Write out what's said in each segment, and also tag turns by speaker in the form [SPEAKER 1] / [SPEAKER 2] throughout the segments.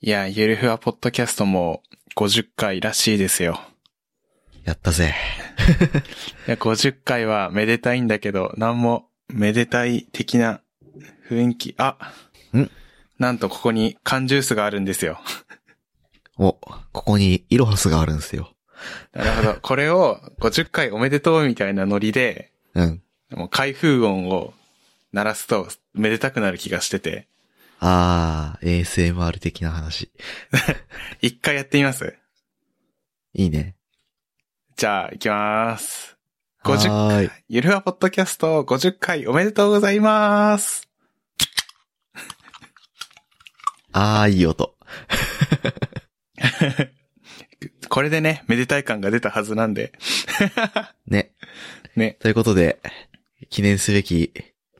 [SPEAKER 1] いや、ゆるふわポッドキャストも50回らしいですよ。
[SPEAKER 2] やったぜ。
[SPEAKER 1] いや、50回はめでたいんだけど、なんもめでたい的な雰囲気、あ
[SPEAKER 2] ん
[SPEAKER 1] なんとここに缶ジュースがあるんですよ。
[SPEAKER 2] お、ここにイロハスがあるんですよ。
[SPEAKER 1] なるほど。これを50回おめでとうみたいなノリで、
[SPEAKER 2] うん。
[SPEAKER 1] もう開封音を鳴らすとめでたくなる気がしてて、
[SPEAKER 2] あー、ASMR 的な話。
[SPEAKER 1] 一回やってみます
[SPEAKER 2] いいね。
[SPEAKER 1] じゃあ、行きます。
[SPEAKER 2] は
[SPEAKER 1] 50
[SPEAKER 2] ーい。
[SPEAKER 1] ゆるはポッドキャスト50回おめでとうございます。
[SPEAKER 2] あー、いい音。
[SPEAKER 1] これでね、めでたい感が出たはずなん で。
[SPEAKER 2] ね。
[SPEAKER 1] ね。
[SPEAKER 2] ということで、記念すべき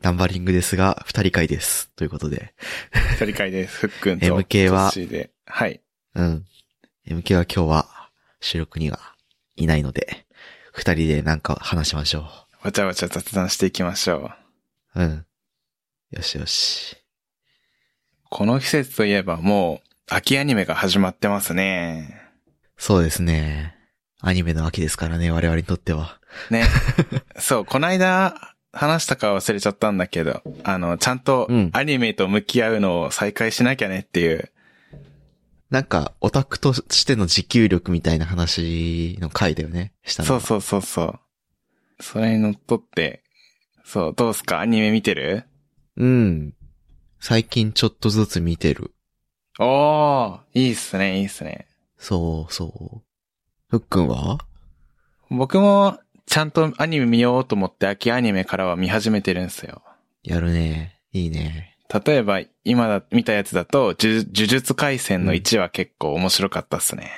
[SPEAKER 2] ナンバリングですが、二人会です。ということで。
[SPEAKER 1] 二人会です。ふっくんと。
[SPEAKER 2] MK
[SPEAKER 1] ト
[SPEAKER 2] は
[SPEAKER 1] ッシーで。はい。
[SPEAKER 2] うん。MK は今日は収録にはいないので、二人でなんか話しましょ
[SPEAKER 1] わちゃわちゃ雑談していきましょう。
[SPEAKER 2] う。うん。よしよし。
[SPEAKER 1] この季節といえばもう、秋アニメが始まってますね。
[SPEAKER 2] そうですね。アニメの秋ですからね、我々にとっては。
[SPEAKER 1] ね。そう、こないだ話したか忘れちゃったんだけど、あの、ちゃんと
[SPEAKER 2] うん
[SPEAKER 1] アニメと向き合うのを再開しなきゃねっていう。
[SPEAKER 2] なんか、オタクとしての持久力みたいな話の回だよね。したの
[SPEAKER 1] そう
[SPEAKER 2] が
[SPEAKER 1] そうそうそう。それにのっとって、そう、どうすかアニメ見てる
[SPEAKER 2] うん。最近ちょっとずつ見てる。
[SPEAKER 1] おー、いいっすね、いいっすね。
[SPEAKER 2] そうそう。ふっくんは
[SPEAKER 1] 僕も、ちゃんとアニメ見ようと思って秋アニメからは見始めてるんですよ。
[SPEAKER 2] やるね。いいね。
[SPEAKER 1] 例えば、今だ、見たやつだと、呪呪術回戦の1は結構面白かったっすね。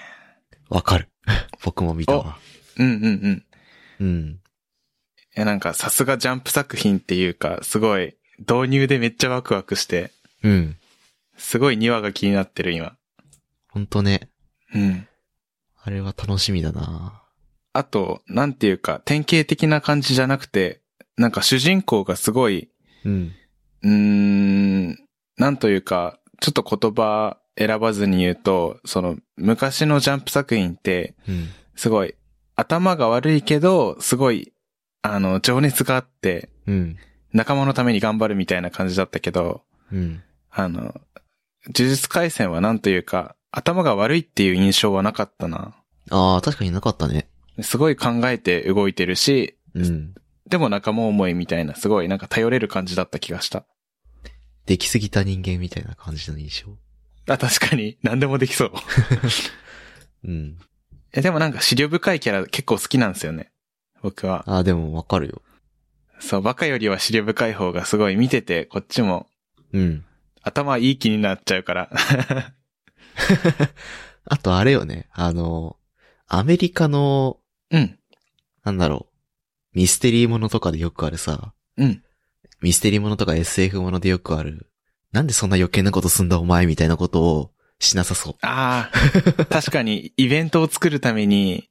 [SPEAKER 2] わかる。 僕も見たわ。
[SPEAKER 1] うんうんうん。
[SPEAKER 2] うん。
[SPEAKER 1] え、なんか、さすがジャンプ作品っていうか、すごい、導入でめっちゃワクワクして、
[SPEAKER 2] うん。
[SPEAKER 1] すごい2話が気になってる今。
[SPEAKER 2] ほんとね。
[SPEAKER 1] うん。
[SPEAKER 2] あれは楽しみだな。
[SPEAKER 1] あと、なんていうか、典型的な感じじゃなくて、なんか主人公がすごい、
[SPEAKER 2] うん。
[SPEAKER 1] うーん、なんというか、ちょっと言葉選ばずに言うと、その、昔のジャンプ作品って、
[SPEAKER 2] うん。
[SPEAKER 1] すごい、頭が悪いけど、すごい、あの、情熱があって、
[SPEAKER 2] うん。
[SPEAKER 1] 仲間のために頑張るみたいな感じだったけど、
[SPEAKER 2] うん。
[SPEAKER 1] あの、呪術回戦はなんというか、頭が悪いっていう印象はなかったな。
[SPEAKER 2] ああ、確かになかったね。
[SPEAKER 1] すごい考えて動いてるし、
[SPEAKER 2] うん。
[SPEAKER 1] でも仲間思いみたいな、すごいなんか頼れる感じだった気がした。
[SPEAKER 2] できすぎた人間みたいな感じの印象。
[SPEAKER 1] あ、確かに、何でもできそう。
[SPEAKER 2] うん。
[SPEAKER 1] え、でもなんか資料深いキャラ結構好きなんですよね。僕は。
[SPEAKER 2] ああ、でもわかるよ。
[SPEAKER 1] そう、バカよりは資料深い方がすごい見てて、こっちも
[SPEAKER 2] うん。
[SPEAKER 1] 頭いい気になっちゃう から。
[SPEAKER 2] あとあれよね。あの、アメリカの、
[SPEAKER 1] うん。
[SPEAKER 2] なんだろう。ミステリーものとかでよくあるさ。
[SPEAKER 1] うん。
[SPEAKER 2] ミステリーものとか SF ものでよくある。なんでそんな余計なことすんだお前みたいなことをしなさそう。
[SPEAKER 1] ああ、 確かにイベントを作るために、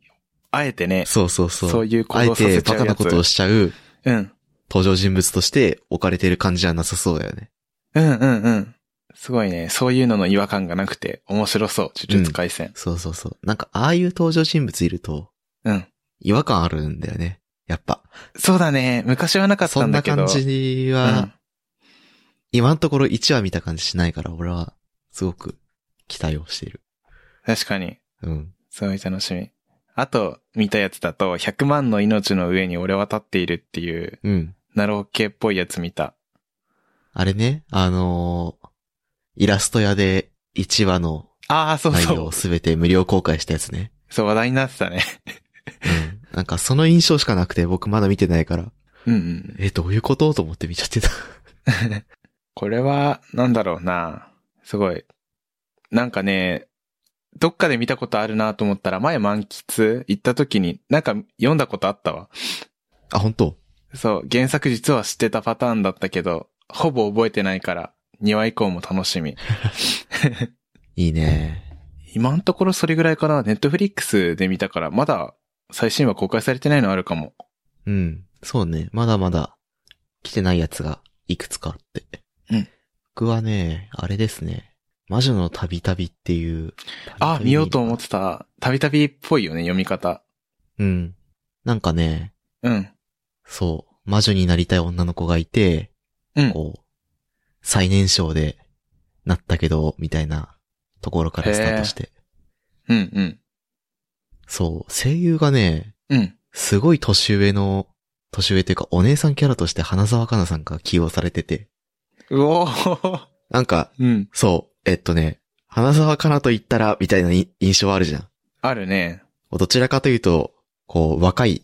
[SPEAKER 1] あえてね、
[SPEAKER 2] そうそう
[SPEAKER 1] そ
[SPEAKER 2] そうう。
[SPEAKER 1] いう行
[SPEAKER 2] あ
[SPEAKER 1] 動
[SPEAKER 2] え
[SPEAKER 1] させ
[SPEAKER 2] て
[SPEAKER 1] ちゃ
[SPEAKER 2] バ
[SPEAKER 1] うやつ。
[SPEAKER 2] カなことをしちゃう
[SPEAKER 1] うん。
[SPEAKER 2] 登場人物として置かれてる感じじゃなさそうだよね。
[SPEAKER 1] うんうんうん。すごいね、そういうのの違和感がなくて面白そう、呪術回戦。
[SPEAKER 2] そうそうそう。なんかああいう登場人物いると
[SPEAKER 1] うん。
[SPEAKER 2] 違和感あるんだよね。やっぱ。
[SPEAKER 1] そうだね、昔はなかっ
[SPEAKER 2] そ
[SPEAKER 1] た
[SPEAKER 2] ん
[SPEAKER 1] ん
[SPEAKER 2] な
[SPEAKER 1] だけ
[SPEAKER 2] 感
[SPEAKER 1] ど。
[SPEAKER 2] じ
[SPEAKER 1] うん
[SPEAKER 2] は、今のところ1話見た感じしないから、俺はすごく期待をしている。
[SPEAKER 1] 確かに。
[SPEAKER 2] うん。
[SPEAKER 1] すごい楽しみ。あと、見たやつだと、100万の命の上に俺は立っているっていう、
[SPEAKER 2] うん。
[SPEAKER 1] ナロー系っぽいやつ見た。
[SPEAKER 2] あれね、あのーイラスト屋で1話の
[SPEAKER 1] ああ、そう
[SPEAKER 2] 内
[SPEAKER 1] そ
[SPEAKER 2] 容
[SPEAKER 1] う
[SPEAKER 2] を。すべて無料公開したやつね。
[SPEAKER 1] そう、話題になってたね。
[SPEAKER 2] うん。 なんかその印象しかなくて僕まだ見てないから、
[SPEAKER 1] うんうん。
[SPEAKER 2] え、どういうことと思って見ちゃってた。
[SPEAKER 1] これは、なんだろうな。すごい。なんかね、どっかで見たことあるなと思ったら、前満喫行った時に、なんか読んだことあったわ。
[SPEAKER 2] あ、本当
[SPEAKER 1] そう、原作実は知ってたパターンだったけど、ほぼ覚えてないから、2話以降も楽しみ。
[SPEAKER 2] いいね。
[SPEAKER 1] 今のところそれぐらいかな。ネットフリックスで見たから、まだ最新話公開されてないのあるかも。
[SPEAKER 2] うん。そうね。まだまだ来てないやつがいくつかあって。
[SPEAKER 1] うん。
[SPEAKER 2] 僕はね、あれですね。魔女の旅旅っていう。
[SPEAKER 1] あ、見ようと思
[SPEAKER 2] っ
[SPEAKER 1] ってた。たびたびっぽいよね、読み方。
[SPEAKER 2] うん。なんかね、
[SPEAKER 1] うん。
[SPEAKER 2] そう、魔女になりたい女の子がいて、
[SPEAKER 1] うん。
[SPEAKER 2] こう、最年少でなったけど、みたいなところからスタートして。
[SPEAKER 1] うん、うん。
[SPEAKER 2] そう、声優がね、
[SPEAKER 1] うん。
[SPEAKER 2] すごい年上の、年上というかお姉さんキャラとして花沢香菜さんが起用されてて、
[SPEAKER 1] うおー
[SPEAKER 2] なんか、
[SPEAKER 1] うん。
[SPEAKER 2] そう、えっとね、花沢香菜と言ったら、みたいない印象はあるじゃん。
[SPEAKER 1] あるね。
[SPEAKER 2] こうどちらかというと、こう、若い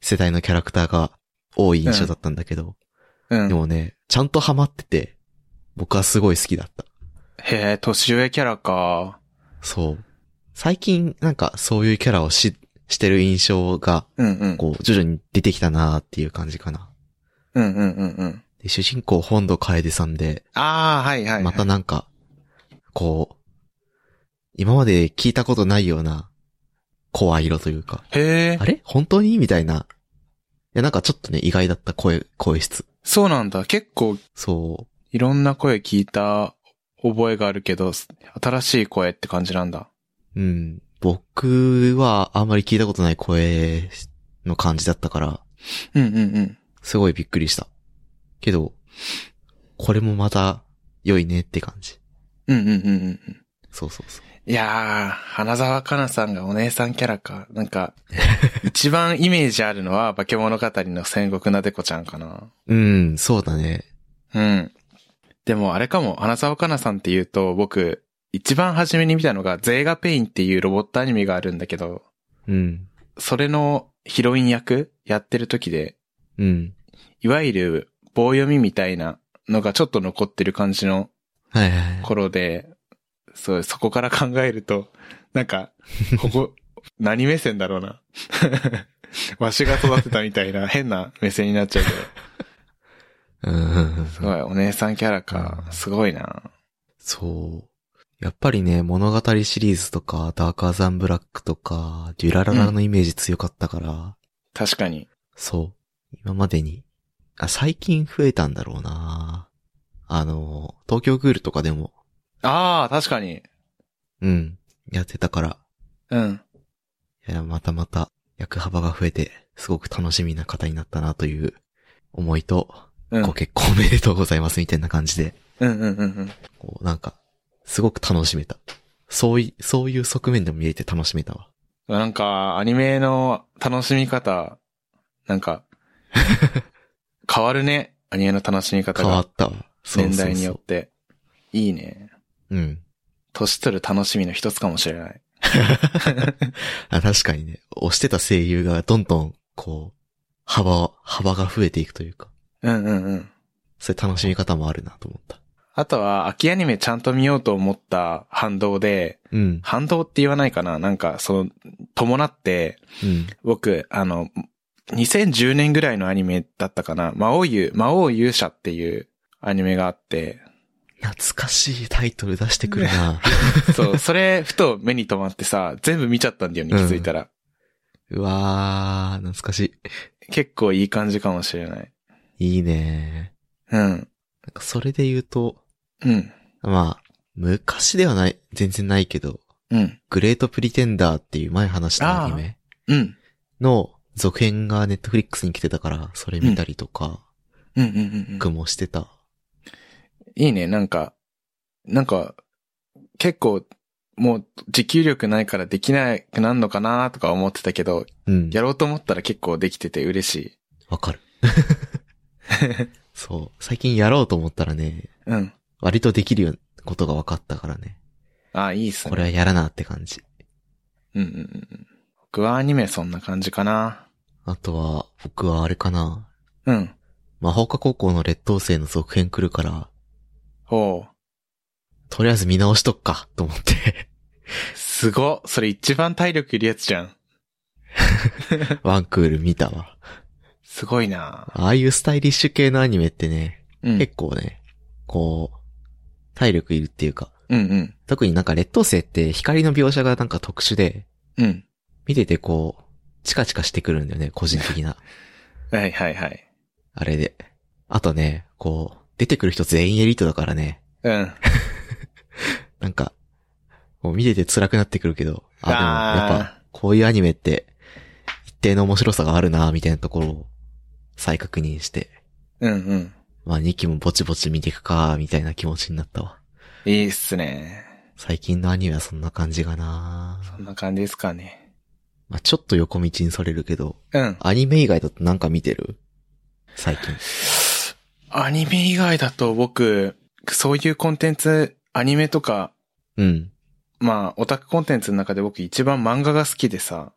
[SPEAKER 2] 世代のキャラクターが多い印象だったんだけど、
[SPEAKER 1] うん
[SPEAKER 2] で。もね、ちゃんとハマってて、僕はすごい好きだった。
[SPEAKER 1] へえ、年上キャラか。
[SPEAKER 2] そう。最近、なんか、そういうキャラをし、してる印象が、
[SPEAKER 1] うんうん。
[SPEAKER 2] こう、徐々に出てきたなーっていう感じかな。
[SPEAKER 1] うんうんうんうん。
[SPEAKER 2] で、主人公、本土楓さんで、
[SPEAKER 1] ああ、はいはい、はい。
[SPEAKER 2] またなんか、こう、今まで聞いたことないような、声色というか、
[SPEAKER 1] へえ
[SPEAKER 2] あ、れ本当にみたいな。いや、なんかちょっとね、意外だった声、声質。
[SPEAKER 1] そうなんだ。結構
[SPEAKER 2] そ
[SPEAKER 1] いろんな声聞いた覚えがあるけど、新しい声って感じなんだ。
[SPEAKER 2] う。うん。僕はあんまり聞いたことない声の感じだったから、
[SPEAKER 1] うんうんうん。
[SPEAKER 2] すごいびっくりした。けど、これもまた良いねって感じ。
[SPEAKER 1] うんうんうんうんうん。
[SPEAKER 2] そうそうそう。
[SPEAKER 1] いやー、花沢香菜さんがお姉さんキャラか。なんか、一番イメージあるのは化け物語の戦国なでこちゃんかな。
[SPEAKER 2] うん、そうだね。
[SPEAKER 1] うん。でもあれかも、花沢香菜さんって言うと、僕、一番初めに見たのが、ゼーガペインっていうロボットアニメがあるんだけど、
[SPEAKER 2] うん。
[SPEAKER 1] それのヒロイン役やってる時で、
[SPEAKER 2] うん。
[SPEAKER 1] いわゆる棒読みみたいなのがちょっと残ってる感じの
[SPEAKER 2] はいはいはい。
[SPEAKER 1] 頃で、そう、そこから考えると、なんか、ここ、 何目線だろうな。 わしが育てたみたいな変な目線になっちゃうけど。
[SPEAKER 2] うんうんうん。
[SPEAKER 1] すごい、お姉さんキャラか。すごいな。
[SPEAKER 2] そう。やっぱりね、物語シリーズとか、ダークアザンブラックとか、デュラララのイメージ強かったから、
[SPEAKER 1] 確かに。
[SPEAKER 2] そう。今までに。あ、最近増えたんだろうなあの、東京グールとかでも、
[SPEAKER 1] ああ、確かに。
[SPEAKER 2] うん、やってたから、
[SPEAKER 1] うん。
[SPEAKER 2] いや、またまた、役幅が増えて、すごく楽しみな方になったなという思いと、
[SPEAKER 1] うん。う
[SPEAKER 2] ご
[SPEAKER 1] ん
[SPEAKER 2] 結婚おめでとうございますみたいな感じで、
[SPEAKER 1] うんうんうん。
[SPEAKER 2] こう、なんか、すごく楽しめた。そうい、そういう側面でも見えて楽しめたわ。
[SPEAKER 1] なんか、アニメの楽しみ方、なん か、変わるね。アニメの楽しみ方
[SPEAKER 2] 変わ
[SPEAKER 1] が
[SPEAKER 2] っ。たわ。そう
[SPEAKER 1] 年
[SPEAKER 2] そうそう
[SPEAKER 1] 代によって。いいね。
[SPEAKER 2] うん。
[SPEAKER 1] 年取る楽しみの一つかもしれない。
[SPEAKER 2] あ確かにね、推してた声優がどんどん、こう、幅を、幅が増えていくというか、
[SPEAKER 1] うんうんうん。
[SPEAKER 2] そういう楽しみ方もあるなと思った。
[SPEAKER 1] あとは、秋アニメちゃんと見ようと思った反動で、
[SPEAKER 2] うん。
[SPEAKER 1] 反動って言わないかななんか、その、伴って、
[SPEAKER 2] うん。
[SPEAKER 1] 僕、あの、2010年ぐらいのアニメだったかな魔王勇、魔王勇者っていうアニメがあって、
[SPEAKER 2] 懐かしいタイトル出してくる な
[SPEAKER 1] そう、それ、ふと目に留まってさ、全部見ちゃったんだよね、気づいたら。
[SPEAKER 2] うわー、懐かし
[SPEAKER 1] 結構いい感じかもしれない。
[SPEAKER 2] い。いいね
[SPEAKER 1] うん。
[SPEAKER 2] なんかそれで言うと、
[SPEAKER 1] うん。
[SPEAKER 2] まあ、昔ではない、全然ないけど、
[SPEAKER 1] うん。
[SPEAKER 2] グレートプリテンダーっていう前話したアニメ
[SPEAKER 1] うん。
[SPEAKER 2] の続編がネットフリックスに来てたから、それ見たりとか、
[SPEAKER 1] うんうんうんうん。
[SPEAKER 2] 僕もしてた。
[SPEAKER 1] いいね、なんか、なんか、結構、もう、持久力ないからできなくなんのかなとか思ってたけど、
[SPEAKER 2] うん。
[SPEAKER 1] やろうと思ったら結構できてて嬉しい。
[SPEAKER 2] わかる。そう。最近やろうと思ったらね、
[SPEAKER 1] うん。
[SPEAKER 2] 割とできることが分かったからね。
[SPEAKER 1] あ、いいっすね。
[SPEAKER 2] これはやらなって感じ。
[SPEAKER 1] うんうんうん。僕はアニメそんな感じかな。
[SPEAKER 2] あとは、僕はあれかな。
[SPEAKER 1] うん。
[SPEAKER 2] 魔法科高校の劣等生の続編来るから、
[SPEAKER 1] ほう。
[SPEAKER 2] とりあえず見直しとっか、と思って。
[SPEAKER 1] すごっそれ一番体力いるやつじゃん。
[SPEAKER 2] ワンクール見たわ。
[SPEAKER 1] すごいな
[SPEAKER 2] ああいうスタイリッシュ系のアニメってね、
[SPEAKER 1] うん。
[SPEAKER 2] 結構ね、こう、体力いるっていうか、
[SPEAKER 1] うんうん。
[SPEAKER 2] 特になんか劣等生って光の描写がなんか特殊で、
[SPEAKER 1] うん。
[SPEAKER 2] 見ててこう、チカチカしてくるんだよね、個人的な。
[SPEAKER 1] はいはいはい。
[SPEAKER 2] あれで。あとね、こう、出てくる人全員エリートだからね、
[SPEAKER 1] うん。
[SPEAKER 2] なんか、もう見てて辛くなってくるけど、あ、でもやっぱ、
[SPEAKER 1] あ
[SPEAKER 2] こういうアニメって、一定の面白さがあるな、みたいなところを再確認して、
[SPEAKER 1] ーうんうん。
[SPEAKER 2] まあ2期もぼちぼち見ていくか、みたいな気持ちになったわ。
[SPEAKER 1] いいっすね。
[SPEAKER 2] 最近のアニメはそんな感じかな。
[SPEAKER 1] こんな感じですかね。
[SPEAKER 2] まあちょっと横道にそれるけど、
[SPEAKER 1] うん。
[SPEAKER 2] アニメ以外だとなんか見てる最近。
[SPEAKER 1] アニメ以外だと僕、そういうコンテンツ、アニメとか、
[SPEAKER 2] うん。
[SPEAKER 1] まあ、オタクコンテンツの中で僕一番漫画が好きでさ、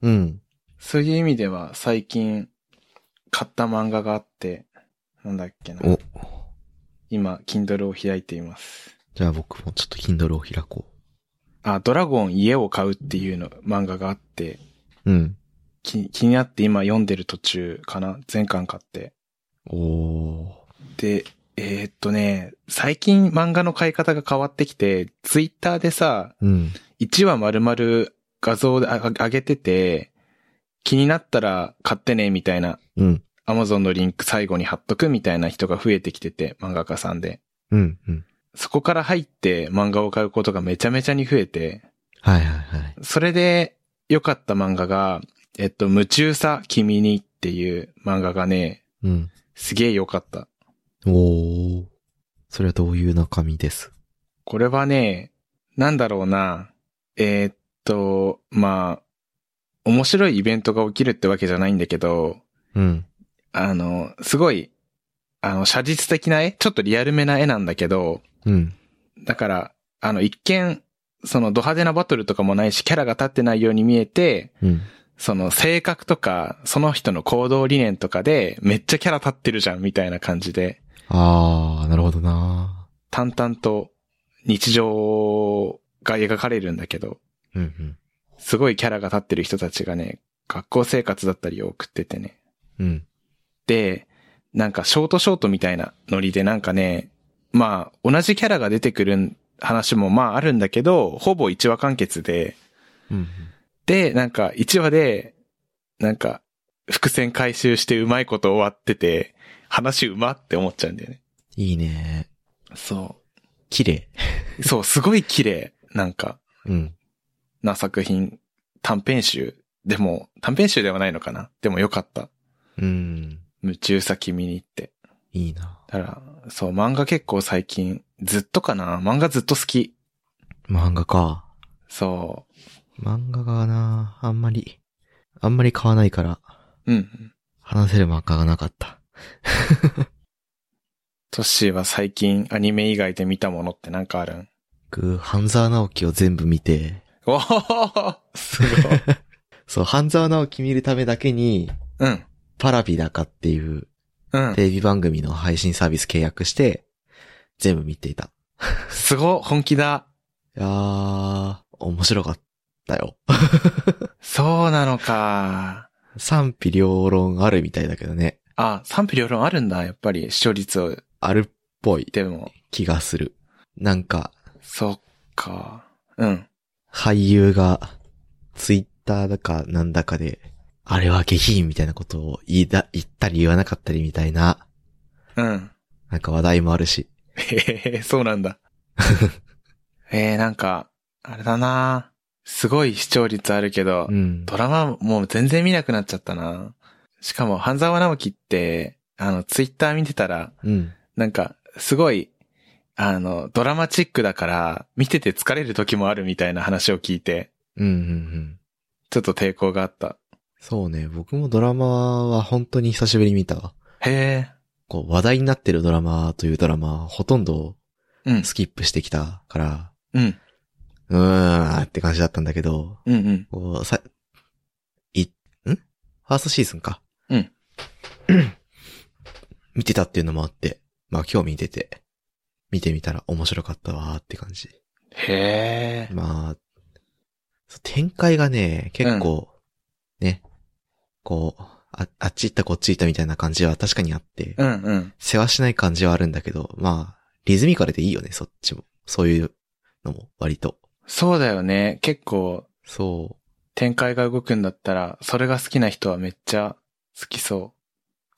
[SPEAKER 2] うん。
[SPEAKER 1] そういう意味では最近買った漫画があって、なんだっけな。
[SPEAKER 2] お。
[SPEAKER 1] 今、Kindle を開いています。
[SPEAKER 2] じゃあ僕もちょっと Kindle を開こ
[SPEAKER 1] あ、ドラゴン家を買うっていうの漫画があって、
[SPEAKER 2] う。うん。
[SPEAKER 1] 気気になって今読んでる途中かな全巻買って。
[SPEAKER 2] おー。
[SPEAKER 1] で、えーっとね、最近漫画の買い方が変わってきて、ツイッターでさ、
[SPEAKER 2] うん。
[SPEAKER 1] 1話丸々画像でああ上げてて、気になったら買ってね、みたいな、
[SPEAKER 2] うん。
[SPEAKER 1] Amazon のリンク最後に貼っとくみたいな人が増えてきてて、漫画家さんで。
[SPEAKER 2] うん。うん。
[SPEAKER 1] そこから入って漫画を買うことがめちゃめちゃに増えて、
[SPEAKER 2] はいはいはい。
[SPEAKER 1] それで良かった漫画が、えっと、夢中さ君にっていう漫画がね、
[SPEAKER 2] うん。
[SPEAKER 1] すげえ良かった。
[SPEAKER 2] おー。それはどういう中身です
[SPEAKER 1] これはね、なんだろうな、えーっと、まあ、面白いイベントが起きるってわけじゃないんだけど、
[SPEAKER 2] うん。
[SPEAKER 1] あの、すごい、あの、写実的な絵ちょっとリアルめな絵なんだけど、
[SPEAKER 2] うん。
[SPEAKER 1] だから、あの、一見、そのド派手なバトルとかもないし、キャラが立ってないように見えて、
[SPEAKER 2] うん。
[SPEAKER 1] その性格とか、その人の行動理念とかで、めっちゃキャラ立ってるじゃん、みたいな感じで、
[SPEAKER 2] あー、なるほどな
[SPEAKER 1] 淡々と日常が描かれるんだけど、
[SPEAKER 2] うんうん。
[SPEAKER 1] すごいキャラが立ってる人たちがね、学校生活だったりを送っててね。
[SPEAKER 2] うん。
[SPEAKER 1] で、なんかショートショートみたいなノリでなんかね、まあ、同じキャラが出てくる話もまああるんだけど、ほぼ1話完結で、
[SPEAKER 2] うん。
[SPEAKER 1] で、なんか1話で、なんか、伏線回収してうまいこと終わってて、話うまって思っちゃうんだよね。
[SPEAKER 2] いいね
[SPEAKER 1] そ
[SPEAKER 2] 綺麗。
[SPEAKER 1] う。そう、すごい綺麗。なんか、
[SPEAKER 2] うん。
[SPEAKER 1] な作品、短編集。でも、短編集ではないのかなでもよかった。
[SPEAKER 2] うん。
[SPEAKER 1] 夢中さ君にって。
[SPEAKER 2] いいな
[SPEAKER 1] だから、そう、漫画結構最近、ずっとかな漫画ずっと好き。
[SPEAKER 2] 漫画か。
[SPEAKER 1] そ
[SPEAKER 2] 漫画がなあんまり、あんまり買わないから、
[SPEAKER 1] う。うん。
[SPEAKER 2] 話せる漫画がなかった。
[SPEAKER 1] トッシーは最近アニメ以外で見たものってなんかあるん
[SPEAKER 2] 僕、半沢直樹を全部見て、
[SPEAKER 1] おおすごい。
[SPEAKER 2] そう、半沢直樹見るためだけに、
[SPEAKER 1] うん。
[SPEAKER 2] パラビダカっていう
[SPEAKER 1] うん。
[SPEAKER 2] テレビ番組の配信サービス契約して、全部見ていた。
[SPEAKER 1] すごい、本気だ。
[SPEAKER 2] いやー、面白かったよ。
[SPEAKER 1] そうなのか。
[SPEAKER 2] 賛否両論あるみたいだけどね。
[SPEAKER 1] あ、賛否両論あるんだ。やっぱり視聴率を、
[SPEAKER 2] あるっぽい
[SPEAKER 1] でも。
[SPEAKER 2] 気がする。なんか、
[SPEAKER 1] そっか。うん。
[SPEAKER 2] 俳優が、ツイッターだかなんだかで、あれは下品みたいなことを言いだ、言ったり言わなかったりみたいな、
[SPEAKER 1] うん。
[SPEAKER 2] なんか話題もあるし。
[SPEAKER 1] へえ、そうなんだ。えー、なんか、あれだなすごい視聴率あるけど、
[SPEAKER 2] うん。
[SPEAKER 1] ドラマもう全然見なくなっちゃったな。しかも、半沢直樹って、あの、ツイッター見てたら、
[SPEAKER 2] うん。
[SPEAKER 1] なんか、すごい、あの、ドラマチックだから、見てて疲れる時もあるみたいな話を聞いて、
[SPEAKER 2] うん、うん、うん。
[SPEAKER 1] ちょっと抵抗があった。
[SPEAKER 2] そうね、僕もドラマは本当に久しぶりに見たわ。
[SPEAKER 1] へ
[SPEAKER 2] こう、話題になってるドラマというドラマ、ほとんど
[SPEAKER 1] え、うん、
[SPEAKER 2] スキップしてきたから、
[SPEAKER 1] うん、
[SPEAKER 2] うーんって感じだったんだけど、
[SPEAKER 1] うん、うん、
[SPEAKER 2] こう、さ、い、んファーストシーズンか。
[SPEAKER 1] うん。
[SPEAKER 2] 見てたっていうのもあって、まあ今日見てて、見てみたら面白かったわーって感じ。
[SPEAKER 1] へえ、
[SPEAKER 2] まあ、そう展開がね、結構、ね、こう、あ、あっち行ったこっち行ったみたいな感じは確かにあって、
[SPEAKER 1] うん、うん、
[SPEAKER 2] 世話しない感じはあるんだけど、まあ、リズミカルでいいよね、そっちも。そういうのも、割と。
[SPEAKER 1] そうだよね。結構、
[SPEAKER 2] そう。
[SPEAKER 1] 展開が動くんだったら、それが好きな人はめっちゃ好きそう。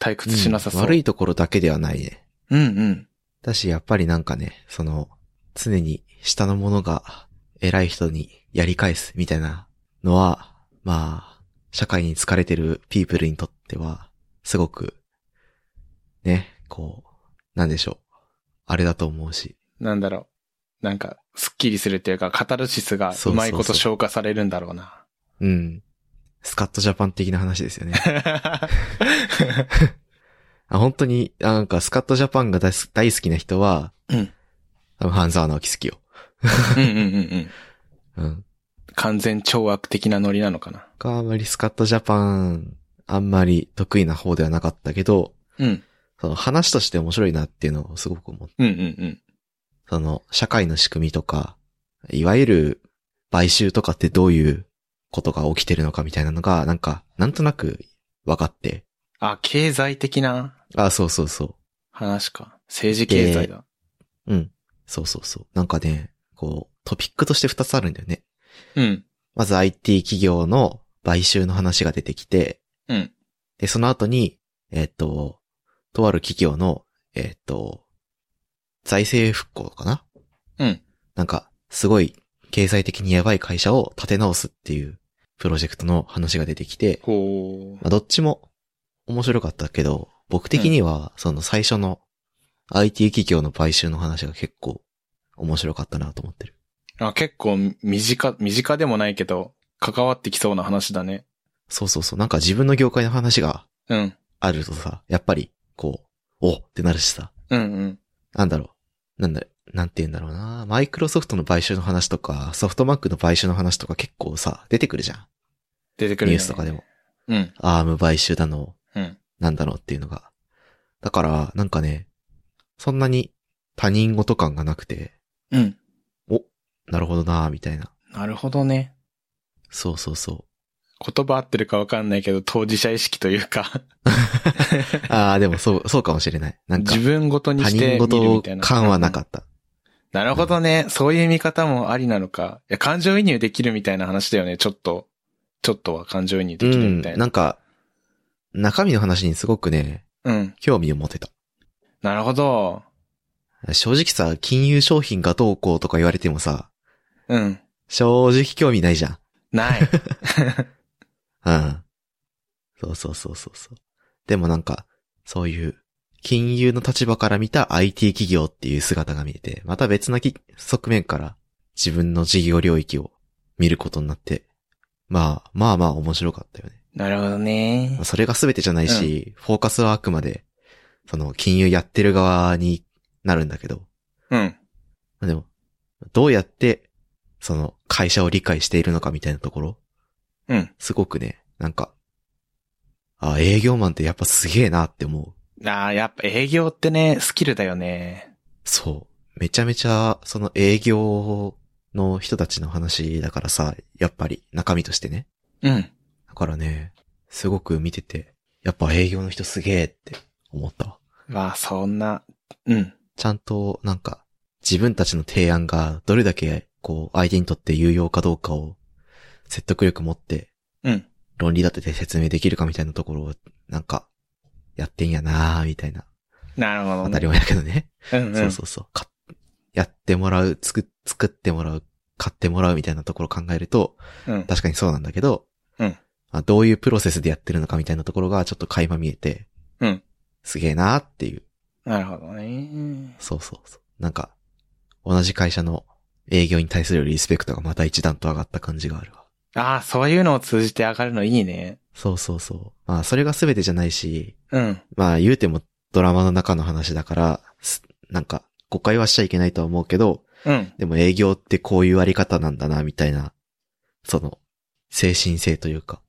[SPEAKER 1] 退屈しなさそう。
[SPEAKER 2] うん悪いところだけではないね。
[SPEAKER 1] うんうん。
[SPEAKER 2] だし、やっぱりなんかね、その、常に下の者が偉い人にやり返すみたいなのは、まあ、社会に疲れてるピープルにとっては、すごく、ね、こう、なんでしょう。あれだと思うし。
[SPEAKER 1] なんだろう。なんか、スッキリするというか、カタルシスがうまいこと消化されるんだろう な。
[SPEAKER 2] うん。スカットジャパン的な話ですよね。あ本当に、なんかスカットジャパンが大好大好きな人は、
[SPEAKER 1] うん
[SPEAKER 2] 多分半沢直樹好きよ。
[SPEAKER 1] うんうんうんうん。
[SPEAKER 2] うん。
[SPEAKER 1] 完全超悪的なノリなのかな。
[SPEAKER 2] 僕はあんまりスカットジャパン、あんまり得意な方ではなかったけど、
[SPEAKER 1] うん。
[SPEAKER 2] その話として面白いなっていうのをすごく思う。
[SPEAKER 1] うんうん
[SPEAKER 2] その社会の仕組みとか、いわゆる買収とかってどういうことが起きてるのかみたいなのが、なんか、なんとなく分かって。
[SPEAKER 1] うん。あ、経済的な
[SPEAKER 2] あ、そうそうそう。
[SPEAKER 1] 話か。政治経済だ。
[SPEAKER 2] うん。そうそうそう。なんかね、こう、トピックとして2つあるんだよね。
[SPEAKER 1] うん。
[SPEAKER 2] まず IT 企業の買収の話が出てきて、
[SPEAKER 1] うん。
[SPEAKER 2] で、その後に、えっと、とある企業の、えっと、財政復興かな
[SPEAKER 1] うん。
[SPEAKER 2] なんか、すごい、経済的にやばい会社を立て直すっていうプロジェクトの話が出てきて、
[SPEAKER 1] ほ
[SPEAKER 2] まあ、どっちも面白かったけど、僕的には、その最初の IT 企業の買収の話が結構面白かったなと思ってる。
[SPEAKER 1] う。あ、結構身近、身近でもないけど、関わってきそうな話だね。
[SPEAKER 2] そうそうそう。なんか自分の業界の話が
[SPEAKER 1] うん。
[SPEAKER 2] あるとさ、やっぱり、こう、おってなるしさ、
[SPEAKER 1] うんうん。
[SPEAKER 2] なんだろう。なんだ、なんて言うんだろうな。マイクロソフトの買収の話とか、ソフトバンクの買収の話とか結構さ、出てくるじゃん。
[SPEAKER 1] 出てくる、
[SPEAKER 2] ニュースとかでも。。
[SPEAKER 1] うん。
[SPEAKER 2] アーム買収だの、
[SPEAKER 1] うん。
[SPEAKER 2] なんだろうっていうのが。だから、なんかね、そんなに他人事感がなくて、
[SPEAKER 1] うん。
[SPEAKER 2] なるほどなーみたいな。
[SPEAKER 1] なるほどね。
[SPEAKER 2] そうそうそう。
[SPEAKER 1] 言葉合ってるかわかんないけど、当事者意識というか、
[SPEAKER 2] ああ、でもそう、そうかもしれない。なんか
[SPEAKER 1] 自、分ごとに
[SPEAKER 2] 他
[SPEAKER 1] して
[SPEAKER 2] 人
[SPEAKER 1] 見るみ
[SPEAKER 2] 事
[SPEAKER 1] たいな。
[SPEAKER 2] 感はなかった。
[SPEAKER 1] なるほどね。そういう見方もありなのか。いや、感情移入できるみたいな話だよね。ちょっと、ちょっとは感情移入
[SPEAKER 2] う
[SPEAKER 1] できる
[SPEAKER 2] ん、
[SPEAKER 1] みたいな。
[SPEAKER 2] なんか、中身の話にすごくね、
[SPEAKER 1] うん。
[SPEAKER 2] 興味を持てた。
[SPEAKER 1] なるほど。
[SPEAKER 2] 正直さ、金融商品がどうこうとか言われてもさ、
[SPEAKER 1] うん。
[SPEAKER 2] 正直興味ないじゃ
[SPEAKER 1] ない。
[SPEAKER 2] ん。うん。そうそうそうそうそう。でもなんか、そういう、金融の立場から見た IT 企業っていう姿が見えて、また別なき側面から自分の事業領域を見ることになって、まあ、まあまあ面白かったよね。
[SPEAKER 1] なるほどね。
[SPEAKER 2] それが全てじゃないし、フォーカスはあくまで、その金融やってる側になるんだけど、
[SPEAKER 1] うん。
[SPEAKER 2] まあでも、どうやって、その会社を理解しているのかみたいなところ、
[SPEAKER 1] うん。
[SPEAKER 2] すごくね、なんか、あ、営業マンってやっぱすげえなって思う。
[SPEAKER 1] ああ、やっぱ営業ってね、スキルだよね。
[SPEAKER 2] そう。めちゃめちゃ、その営業の人たちの話だからさ、やっぱり中身としてね。
[SPEAKER 1] うん。
[SPEAKER 2] だからね、すごく見てて、やっぱ営業の人すげえって思ったわ。
[SPEAKER 1] まあ、そんな、うん。
[SPEAKER 2] ちゃんと、なんか、自分たちの提案がどれだけ、こう、相手にとって有用かどうかを、説得力持って、
[SPEAKER 1] うん。
[SPEAKER 2] 論理立てて説明できるかみたいなところを、なんか、やってんやなーみたいな。
[SPEAKER 1] なるほど
[SPEAKER 2] 当たり
[SPEAKER 1] ね。
[SPEAKER 2] 前だけどね。
[SPEAKER 1] うんうん。
[SPEAKER 2] そうそうそう。かやってもらう、つく、作ってもらう、買ってもらうみたいなところを考えると、
[SPEAKER 1] うん。
[SPEAKER 2] 確かにそうなんだけど、
[SPEAKER 1] うん
[SPEAKER 2] まあ、どういうプロセスでやってるのかみたいなところがちょっと垣間見えて、
[SPEAKER 1] うん
[SPEAKER 2] すげえなーっていう。
[SPEAKER 1] なるほどね。
[SPEAKER 2] そうそうそう。なんか、同じ会社の営業に対するリスペクトがまた一段と上がった感じがあるわ。
[SPEAKER 1] ああ、そういうのを通じて上がるのいいね。
[SPEAKER 2] そうそうそう。まあ、それが全てじゃないし、
[SPEAKER 1] うん。
[SPEAKER 2] まあ言うてもドラマの中の話だから、すなんか誤解はしちゃいけないとは思うけど、
[SPEAKER 1] うん。
[SPEAKER 2] でも営業ってこういうあり方なんだな、みたいな、その、精神性というか、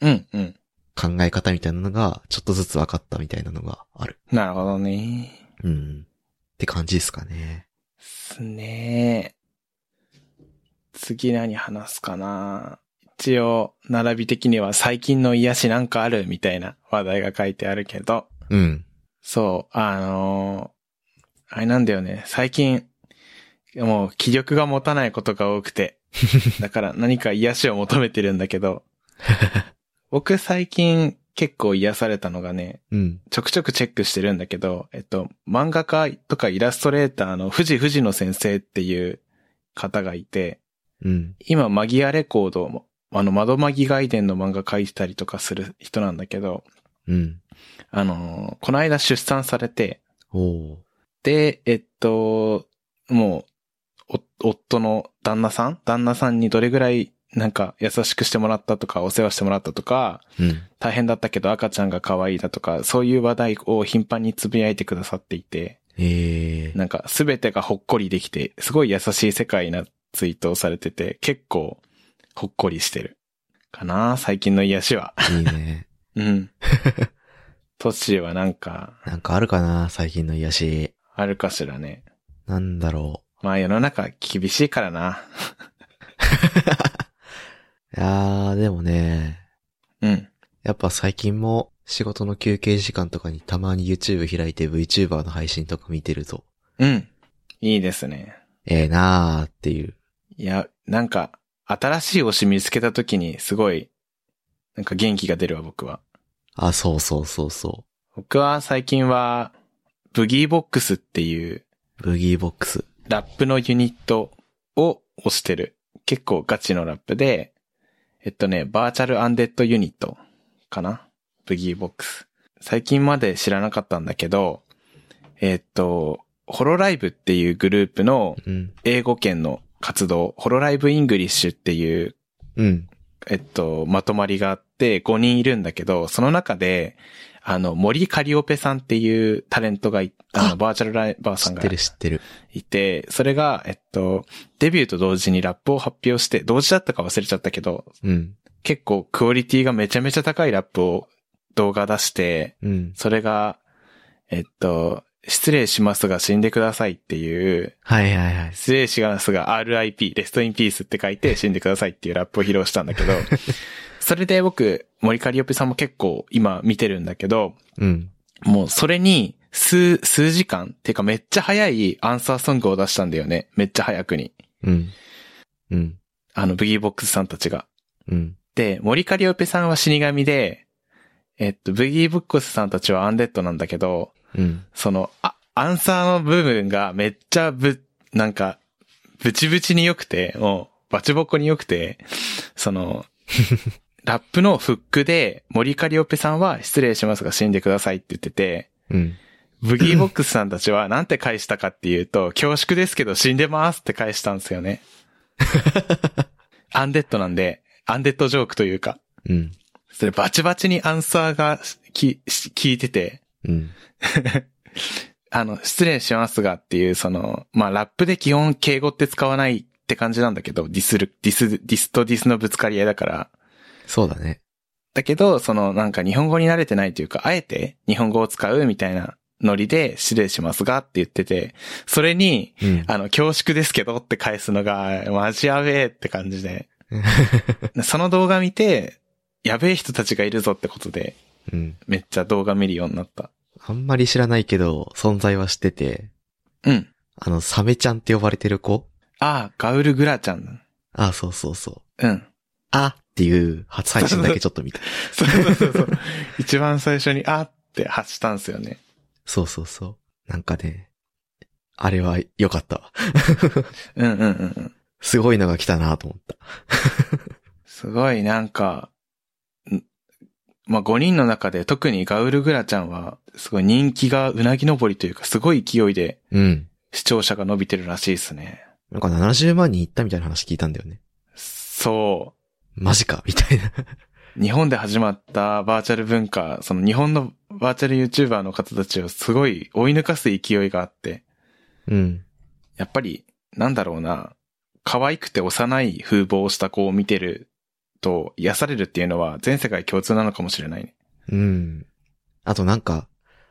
[SPEAKER 1] うん。うん。
[SPEAKER 2] 考え方みたいなのが、ちょっとずつ分かったみたいなのがある。
[SPEAKER 1] なるほどね。
[SPEAKER 2] うん。って感じですかね。
[SPEAKER 1] すね次何話すかな一応、並び的には最近の癒しなんかあるみたいな話題が書いてあるけど、
[SPEAKER 2] うん。
[SPEAKER 1] そう、あのーあれなんだよね。最近、もう気力が持たないことが多くて、だから何か癒しを求めてるんだけど、僕最近結構癒されたのがね、
[SPEAKER 2] うん。
[SPEAKER 1] ちょくちょくチェックしてるんだけど、えっと、漫画家とかイラストレーターの藤藤野先生っていう方がいて、
[SPEAKER 2] うん。
[SPEAKER 1] 今マギアレコードも、あの、窓マギ外伝の漫画書いてたりとかする人なんだけど、
[SPEAKER 2] うん。
[SPEAKER 1] あのーこの間出産されて、
[SPEAKER 2] おー。
[SPEAKER 1] で、えっと、もう、お夫の旦那さん旦那さんにどれぐらい、なんか、優しくしてもらったとか、お世話してもらったとか、
[SPEAKER 2] うん。
[SPEAKER 1] 大変だったけど赤ちゃんが可愛いだとか、そういう話題を頻繁につぶやいてくださっていて、
[SPEAKER 2] ええー。
[SPEAKER 1] なんか全てがほっこりできて、すごい優しい世界なツイートをされてて、結構ほっこりしてる。かな最近の癒しは。
[SPEAKER 2] いいね。
[SPEAKER 1] うん。 トッシーはなんか、
[SPEAKER 2] なんかあるかな最近の癒し。
[SPEAKER 1] あるかしらね。
[SPEAKER 2] なんだろ
[SPEAKER 1] まあ世の中厳しいからな。
[SPEAKER 2] う。いやー、でもね、
[SPEAKER 1] うん。
[SPEAKER 2] やっぱ最近も仕事の休憩時間とかにたまに YouTube 開いて VTuber の配信とか見てると、
[SPEAKER 1] うん。いいですね。
[SPEAKER 2] ええなーっていう。
[SPEAKER 1] いや、なんか、新しい推し見つけた時にすごい、なんか元気が出るわ、僕は。
[SPEAKER 2] あ、そうそうそうそ
[SPEAKER 1] 僕は最近は、ブギーボックスっていう
[SPEAKER 2] う。ブギーボックス。
[SPEAKER 1] ラップのユニットを推してる。結構ガチのラップで、えっとね、バーチャルアンデッドユニットかなブギーボックス。最近まで知らなかったんだけど、えっと、ホロライブっていうグループの
[SPEAKER 2] うん。
[SPEAKER 1] 英語圏の活動、ホロライブイングリッシュっていう
[SPEAKER 2] うん。
[SPEAKER 1] えっと、まとまりがあって5人いるんだけど、その中で、あの、森カリオペさんっていうタレントがい、あの、
[SPEAKER 2] あ
[SPEAKER 1] バーチャルライバーさ
[SPEAKER 2] 知
[SPEAKER 1] ん
[SPEAKER 2] っ
[SPEAKER 1] が
[SPEAKER 2] てる知ってる。
[SPEAKER 1] いて、それが、えっと、デビューと同時にラップを発表して、同時だったか忘れちゃったけど、
[SPEAKER 2] うん。
[SPEAKER 1] 結構クオリティがめちゃめちゃ高いラップを動画出して、
[SPEAKER 2] うん。
[SPEAKER 1] それが、えっと、失礼しますが死んでくださいっていう、
[SPEAKER 2] はいはいはい。
[SPEAKER 1] 失礼しますが RIP、レストインピースって書いて死んでくださいっていうラップを披露したんだけど、それで僕、森カリオペさんも結構今見てるんだけど、
[SPEAKER 2] うん。
[SPEAKER 1] もうそれに数、数時間っていうかめっちゃ早いアンサーソングを出したんだよね。めっちゃ早くに。
[SPEAKER 2] うん。うん。
[SPEAKER 1] あの、ブギーボックスさんたちが。
[SPEAKER 2] うん。
[SPEAKER 1] で、森カリオペさんは死神で、えっと、ブギーボックスさんたちはアンデッドなんだけど、
[SPEAKER 2] うん。
[SPEAKER 1] その、あ、アンサーの部分がめっちゃぶ、なんか、ブチブチに良くて、もう、バチボコに良くて、その、ラップのフックで、森カリオペさんは失礼しますが死んでくださいって言ってて、
[SPEAKER 2] うん。
[SPEAKER 1] ブギーボックスさんたちはなんて返したかっていうと、恐縮ですけど死んでますって返したんですよね。アンデッドなんで、アンデッドジョークというか、
[SPEAKER 2] うん。
[SPEAKER 1] それバチバチにアンサーがき、し聞いてて、
[SPEAKER 2] うん。
[SPEAKER 1] あの、失礼しますがっていう、その、まあ、ラップで基本敬語って使わないって感じなんだけど、ディスる、ディス、ディスとディスのぶつかり合いだから。
[SPEAKER 2] そうだね。
[SPEAKER 1] だけど、その、なんか日本語に慣れてないというか、あえて日本語を使うみたいなノリで、失礼しますがって言ってて、それに、
[SPEAKER 2] うん。
[SPEAKER 1] あの、恐縮ですけどって返すのが、マジやべえって感じで。その動画見て、やべえ人たちがいるぞってことで、
[SPEAKER 2] うん。
[SPEAKER 1] めっちゃ動画見るようになった。
[SPEAKER 2] あんまり知らないけど、存在は知ってて、
[SPEAKER 1] うん。
[SPEAKER 2] あの、サメちゃんって呼ばれてる子
[SPEAKER 1] ああ、ガウルグラちゃん。
[SPEAKER 2] あそうそうそう。
[SPEAKER 1] うん。
[SPEAKER 2] あっていう初配信だけちょっと見た。
[SPEAKER 1] そうそうそうそう。一番最初に、あって発したんすよね。
[SPEAKER 2] そうそうそう。なんかね、あれは良かったわ。
[SPEAKER 1] うんうんうんうん。
[SPEAKER 2] すごいのが来たなと思った。
[SPEAKER 1] すごいなんか、んまあ、5人の中で特にガウルグラちゃんは、すごい人気がうなぎ登りというか、すごい勢いで
[SPEAKER 2] うん。
[SPEAKER 1] 視聴者が伸びてるらしいですね。
[SPEAKER 2] なんか70万人いったみたいな話聞いたんだよね。
[SPEAKER 1] そ
[SPEAKER 2] マジかみたいな。
[SPEAKER 1] う。日本で始まったバーチャル文化、その日本のバーチャル YouTuber の方たちをすごい追い抜かす勢いがあって、
[SPEAKER 2] うん。
[SPEAKER 1] やっぱり、なんだろうな、可愛くて幼い風貌をした子を見てると癒されるっていうのは全世界共通なのかもしれないね。
[SPEAKER 2] うん。あとなんか、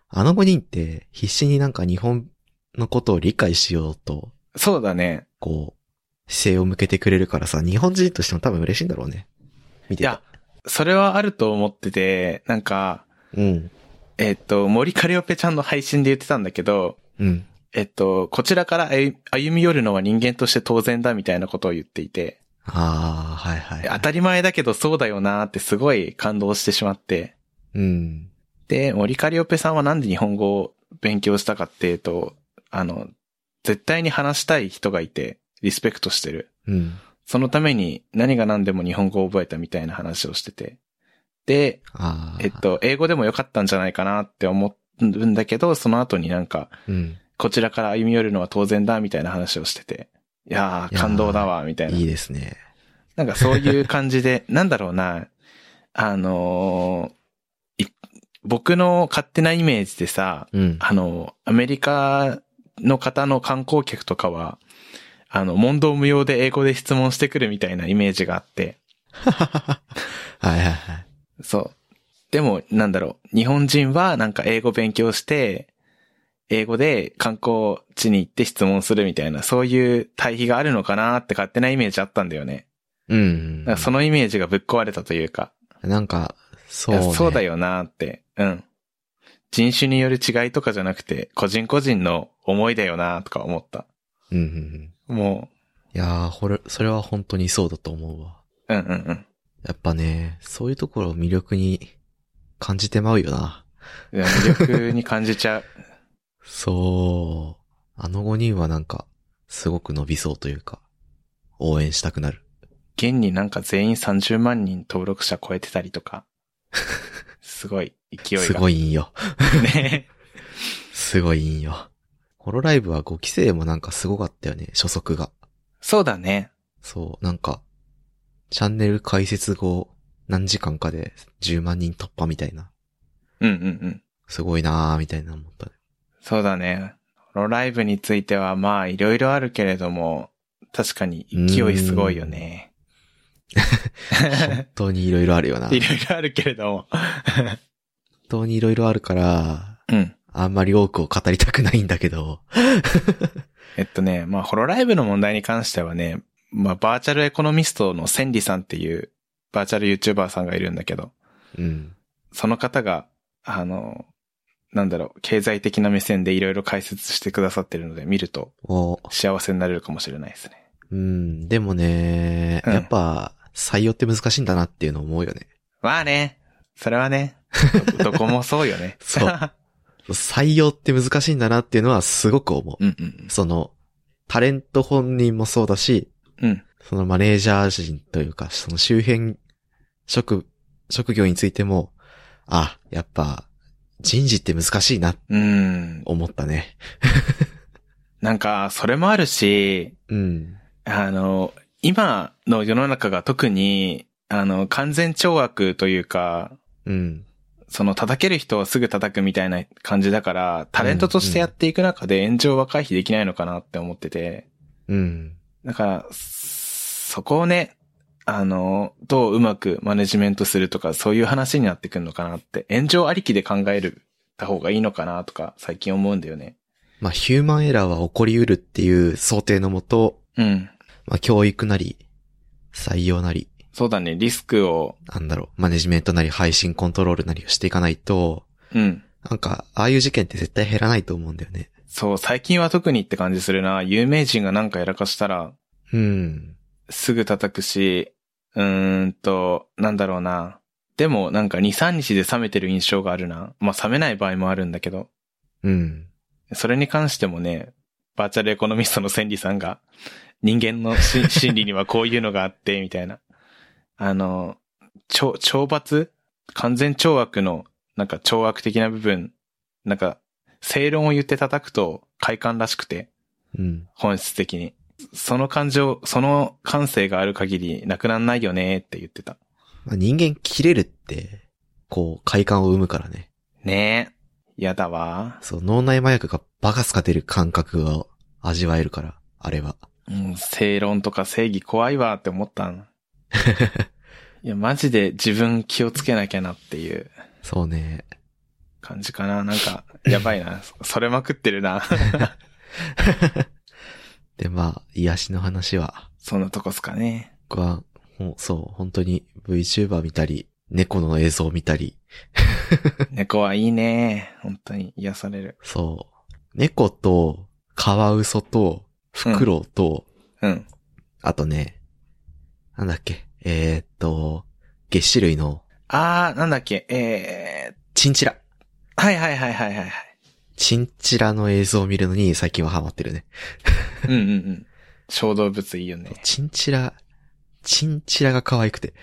[SPEAKER 2] あの5人って必死になんか日本のことを理解しようと、
[SPEAKER 1] そうだね。
[SPEAKER 2] こう、姿勢を向けてくれるからさ、日本人としても多分嬉しいんだろうね。見
[SPEAKER 1] い
[SPEAKER 2] て
[SPEAKER 1] や
[SPEAKER 2] た。、
[SPEAKER 1] それはあると思ってて、なんか、
[SPEAKER 2] うん。
[SPEAKER 1] えっと、森カリオペちゃんの配信で言ってたんだけど、
[SPEAKER 2] うん。
[SPEAKER 1] えっと、こちらから歩歩み寄るのは人間として当然だみたいなことを言っていて、
[SPEAKER 2] ああ、はいはい、
[SPEAKER 1] 当たり前だけどそうだよなーってすごい感動してしまって、
[SPEAKER 2] うん。
[SPEAKER 1] で、森カリオペさんはなんで日本語を勉強したかっていうと、あの、絶対に話したい人がいて、リスペクトしてる。
[SPEAKER 2] うん。
[SPEAKER 1] そのために何が何でも日本語を覚えたみたいな話をしてて。で、
[SPEAKER 2] ああ。
[SPEAKER 1] えっ。と、英語でもよかったんじゃないかなって思うんだけど、その後になんか、
[SPEAKER 2] うん。
[SPEAKER 1] こちらから歩み寄るのは当然だ、みたいな話をしてて。いや
[SPEAKER 2] い
[SPEAKER 1] ー、
[SPEAKER 2] やー
[SPEAKER 1] 感動だわ、みたいな。
[SPEAKER 2] いいですね。
[SPEAKER 1] なんかそういう感じで、なんだろうな、あのーい僕の勝手なイメージでさ、
[SPEAKER 2] うん。
[SPEAKER 1] あの、アメリカの方の観光客とかは、あの、問答無用で英語で質問してくるみたいなイメージがあって、
[SPEAKER 2] はいはいはい。
[SPEAKER 1] そう。でも、なんだろう、日本人はなんか英語勉強して、英語で観光地に行って質問するみたいな、そういう対比があるのかなって勝手なイメージあったんだよね。
[SPEAKER 2] うん。
[SPEAKER 1] なんかそのイメージがぶっ壊れたというか。
[SPEAKER 2] なんか、そう、
[SPEAKER 1] いや
[SPEAKER 2] ね。
[SPEAKER 1] そうだよなーって。うん。人種による違いとかじゃなくて、個人個人の思いだよなーとか思った。
[SPEAKER 2] うんうんうん。
[SPEAKER 1] も
[SPEAKER 2] いやー、ほれ、それは本当にそうだと思うわ。
[SPEAKER 1] う、うんうんうん
[SPEAKER 2] やっぱね、そういうところを魅力に感じてまうよな。。
[SPEAKER 1] いや魅力に感じちゃう。
[SPEAKER 2] そう。あの5人はなんか、すごく伸びそうというか、応援したくなる。
[SPEAKER 1] 現になんか全員30万人登録者超えてたりと か。すごい勢いが。
[SPEAKER 2] すごいんよ。
[SPEAKER 1] ね。
[SPEAKER 2] すごいんよ。ホロライブは5期生もなんかすごかったよね、初速が。
[SPEAKER 1] そうだね。
[SPEAKER 2] そう、なんか、チャンネル開設後、何時間かで10万人突破みたいな。
[SPEAKER 1] うんうんうん。
[SPEAKER 2] すごいなーみたいな思ったね。
[SPEAKER 1] そうだね。このライブについてはまあいろいろあるけれども、確かに勢いすごいよね。
[SPEAKER 2] 本当にいろいろあるよな。
[SPEAKER 1] い
[SPEAKER 2] 本
[SPEAKER 1] ろいろあるけれども。
[SPEAKER 2] 当にいろいろあるから、
[SPEAKER 1] うん。
[SPEAKER 2] あんまり多くを語りたくないんだけど。
[SPEAKER 1] えっとね、まあ、ホロライブの問題に関してはね、まあ、バーチャルエコノミストの千里さんっていう、バーチャル YouTuber さんがいるんだけど、
[SPEAKER 2] うん。
[SPEAKER 1] その方が、あの、なんだろう、経済的な目線でいろいろ解説してくださってるので、見ると
[SPEAKER 2] お
[SPEAKER 1] 幸せになれるかもしれないですね。
[SPEAKER 2] うん、でもね、
[SPEAKER 1] うん
[SPEAKER 2] やっぱ、採用って難しいんだなっていうのを思うよね。。
[SPEAKER 1] まあね、それはね、どどこもそうよね
[SPEAKER 2] そう採用って難しいんだなっていうのはすごく思う。
[SPEAKER 1] うんうん
[SPEAKER 2] その、タレント本人もそうだし、
[SPEAKER 1] うん。うん。
[SPEAKER 2] そのマネージャー陣というか、その周辺、職、職業についても、あ、やっぱ、人事って難しいな、
[SPEAKER 1] うん。
[SPEAKER 2] 思ったね。
[SPEAKER 1] なんか、それもあるし、
[SPEAKER 2] うん。
[SPEAKER 1] あの、今の世の中が特に、あの、完全懲悪というか、
[SPEAKER 2] うん。
[SPEAKER 1] その叩ける人をすぐ叩くみたいな感じだから、タレントとしてやっていく中で炎上は回避できないのかなって思ってて、
[SPEAKER 2] うん。
[SPEAKER 1] だから、そこをね、あの、どううまくマネジメントするとか、そういう話になってくるのかなって、炎上ありきで考えるた方がいいのかなとか、最近思うんだよね。
[SPEAKER 2] まあ、ヒューマンエラーは起こりうるっていう想定のもと、
[SPEAKER 1] うん。
[SPEAKER 2] まあ、教育なり、採用なり、
[SPEAKER 1] そうだね、リスクを、
[SPEAKER 2] なんだろう、マネジメントなり配信コントロールなりをしていかないと、
[SPEAKER 1] うん。
[SPEAKER 2] なんか、ああいう事件って絶対減らないと思うんだよね。
[SPEAKER 1] そう、最近は特にって感じするな。有名人がなんかやらかしたら、
[SPEAKER 2] うん。
[SPEAKER 1] すぐ叩くし、うーんと、なんだろうな。でもなんか2、3日で冷めてる印象があるな。まあ冷めない場合もあるんだけど、
[SPEAKER 2] うん。
[SPEAKER 1] それに関してもね、バーチャルエコノミストの千里さんが、人間のし心理にはこういうのがあって、みたいな。あの、懲、懲罰完全懲悪の、なんか懲悪的な部分、なんか、正論を言って叩くと快感らしくて、
[SPEAKER 2] うん。
[SPEAKER 1] 本質的に。その感情、その感性がある限りなくなんないよねって言ってた。
[SPEAKER 2] まあ、人間切れるって、こう、快感を生むからね。
[SPEAKER 1] ねえ。嫌だわ。
[SPEAKER 2] そう、脳内麻薬がバカスカ出る感覚を味わえるから、あれは。
[SPEAKER 1] うん、正論とか正義怖いわって思ったの。いや、マジで自分気をつけなきゃなっていう
[SPEAKER 2] そうね。
[SPEAKER 1] 感じかな。なんか、やばいな。そ それまくってるな。
[SPEAKER 2] で、まあ、癒しの話は、
[SPEAKER 1] そんなとこっすかね。
[SPEAKER 2] 僕は、もうそう、本当に VTuber 見たり、猫の映像を見たり、
[SPEAKER 1] 猫はいいね。本当に癒される。
[SPEAKER 2] そう。猫と、カワウソと、フクロウと、
[SPEAKER 1] うん。
[SPEAKER 2] あとね、なんだっけ、えー、っと、月種類の
[SPEAKER 1] あー、なんだっけ、えー、
[SPEAKER 2] チンチラ。
[SPEAKER 1] はいはいはいはいはいはい。
[SPEAKER 2] チンチラの映像を見るのに最近はハマってるね。
[SPEAKER 1] うんうんうん。小動物いいよ ね。
[SPEAKER 2] チンチラ、チンチラが可愛くて。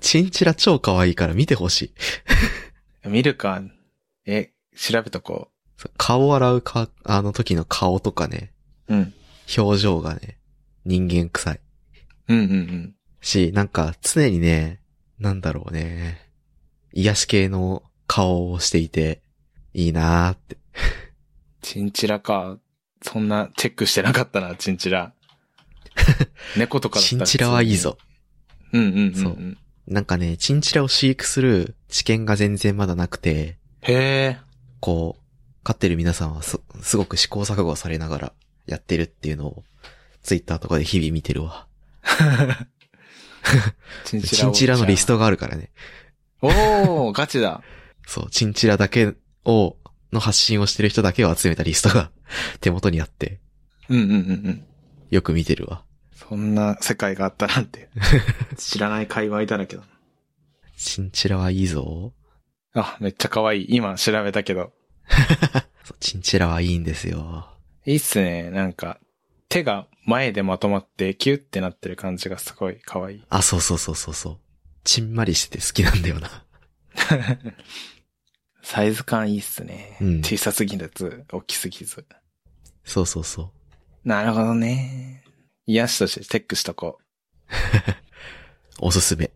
[SPEAKER 2] チンチラ超可愛いから見てほしい。
[SPEAKER 1] 見るか。え、調べとこ
[SPEAKER 2] そう顔洗うか、あの時の顔とかね、
[SPEAKER 1] う。うん。
[SPEAKER 2] 表情がね、人間臭い。
[SPEAKER 1] うんうんうん。
[SPEAKER 2] し、なんか常にね、なんだろうね、癒し系の顔をしていて、いいなーって。
[SPEAKER 1] チンチラか。そんなチェックしてなかったな、チンチ ラ。猫とかだった
[SPEAKER 2] チ
[SPEAKER 1] ら
[SPEAKER 2] ンチラはいいぞ。
[SPEAKER 1] 普通に。うんうんうん、うん。
[SPEAKER 2] そうなんかね、チンチラを飼育する知見が全然まだなくて、
[SPEAKER 1] へえ。
[SPEAKER 2] こう、飼ってる皆さんはす、すごく試行錯誤されながらやってるっていうのを、ツイッターとかで日々見てるわ。
[SPEAKER 1] チン
[SPEAKER 2] チンチラのリス。トがあるからね。
[SPEAKER 1] おー、ガチだ。
[SPEAKER 2] そう、チンチラだけを、の発信をしてる人だけを集めたリストが 手元にあって、
[SPEAKER 1] うんうんうんうん。
[SPEAKER 2] よく見てるわ。
[SPEAKER 1] そんな世界があったなん て。知らない界隈だらけだ。
[SPEAKER 2] チンチラはいいぞ。
[SPEAKER 1] あ、めっちゃ可愛い。今調べたけど。
[SPEAKER 2] そうチンチラはいいんですよ。
[SPEAKER 1] いいっすね。なんか、手が前でまとまってキュッてなってる感じがすごい可愛い。
[SPEAKER 2] あ、そうそうそうそうそう。ちんまりしてて好きなんだよな。
[SPEAKER 1] サイズ感いいっすね。
[SPEAKER 2] うん
[SPEAKER 1] 小さすぎず、大きすぎず。
[SPEAKER 2] そうそうそう。
[SPEAKER 1] なるほどね。癒しとしてチェックしとこ
[SPEAKER 2] おすすめ。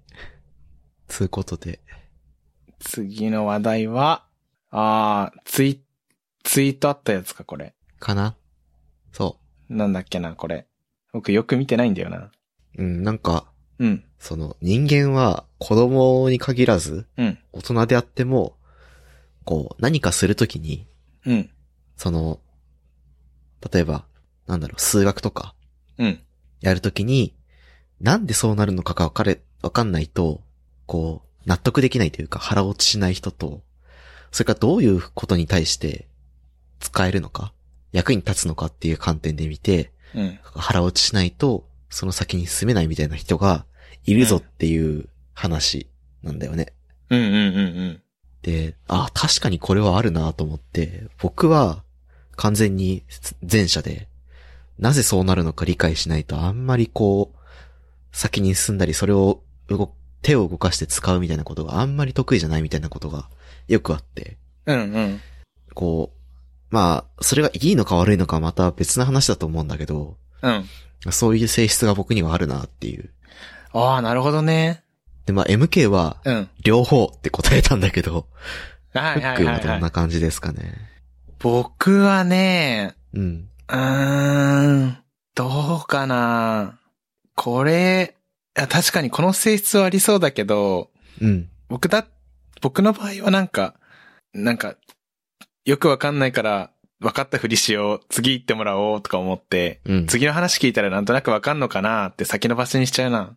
[SPEAKER 2] つうことで。
[SPEAKER 1] う。次の話題は、あー、ツイ、ツイートあったやつか、これ。
[SPEAKER 2] かなそ
[SPEAKER 1] なんだっけな、これ。僕よく見てないんだよな。
[SPEAKER 2] う。うん、なんか、
[SPEAKER 1] うん。
[SPEAKER 2] その人間は子供に限らず、
[SPEAKER 1] うん。
[SPEAKER 2] 大人であっても、こう、何かするときに、
[SPEAKER 1] うん。
[SPEAKER 2] その、例えば、なんだろう、数学とか、
[SPEAKER 1] うん。
[SPEAKER 2] やるときに、なんでそうなるのかがわかれ、わかんないと、こう、納得できないというか腹落ちしない人と、それからどういうことに対して使えるのか、役に立つのかっていう観点で見て、
[SPEAKER 1] うん。
[SPEAKER 2] 腹落ちしないと、その先に進めないみたいな人がいるぞっていう話なんだよね。
[SPEAKER 1] うんうんうんうん。
[SPEAKER 2] で、あ、確かにこれはあるなと思って、僕は完全に前者で、なぜそうなるのか理解しないとあんまりこう、先に進んだり、それを動、手を動かして使うみたいなことがあんまり得意じゃないみたいなことがよくあって、
[SPEAKER 1] うんうん。
[SPEAKER 2] こう、まあ、それがいいのか悪いのかはまた別の話だと思うんだけど、
[SPEAKER 1] うん。
[SPEAKER 2] そういう性質が僕にはあるなっていう。
[SPEAKER 1] ああ、なるほどね。
[SPEAKER 2] で、まあ MK は、
[SPEAKER 1] うん。
[SPEAKER 2] 両方って答えたんだけど、
[SPEAKER 1] は
[SPEAKER 2] フ
[SPEAKER 1] いは
[SPEAKER 2] ッ
[SPEAKER 1] い
[SPEAKER 2] クン
[SPEAKER 1] は、
[SPEAKER 2] はいど
[SPEAKER 1] は
[SPEAKER 2] ん
[SPEAKER 1] い
[SPEAKER 2] な。感じですかね。
[SPEAKER 1] 僕はね、
[SPEAKER 2] うん。
[SPEAKER 1] うーん、どうかな。これ、いや確かにこの性質はありそうだけど、
[SPEAKER 2] うん。
[SPEAKER 1] 僕だ、僕の場合はなんか、なんか、よくわかんないから、分かったふりしよう、次行ってもらおうとか思って、
[SPEAKER 2] うん。
[SPEAKER 1] 次の話聞いたらなんとなくわかんのかなって先延ばしにしちゃうな。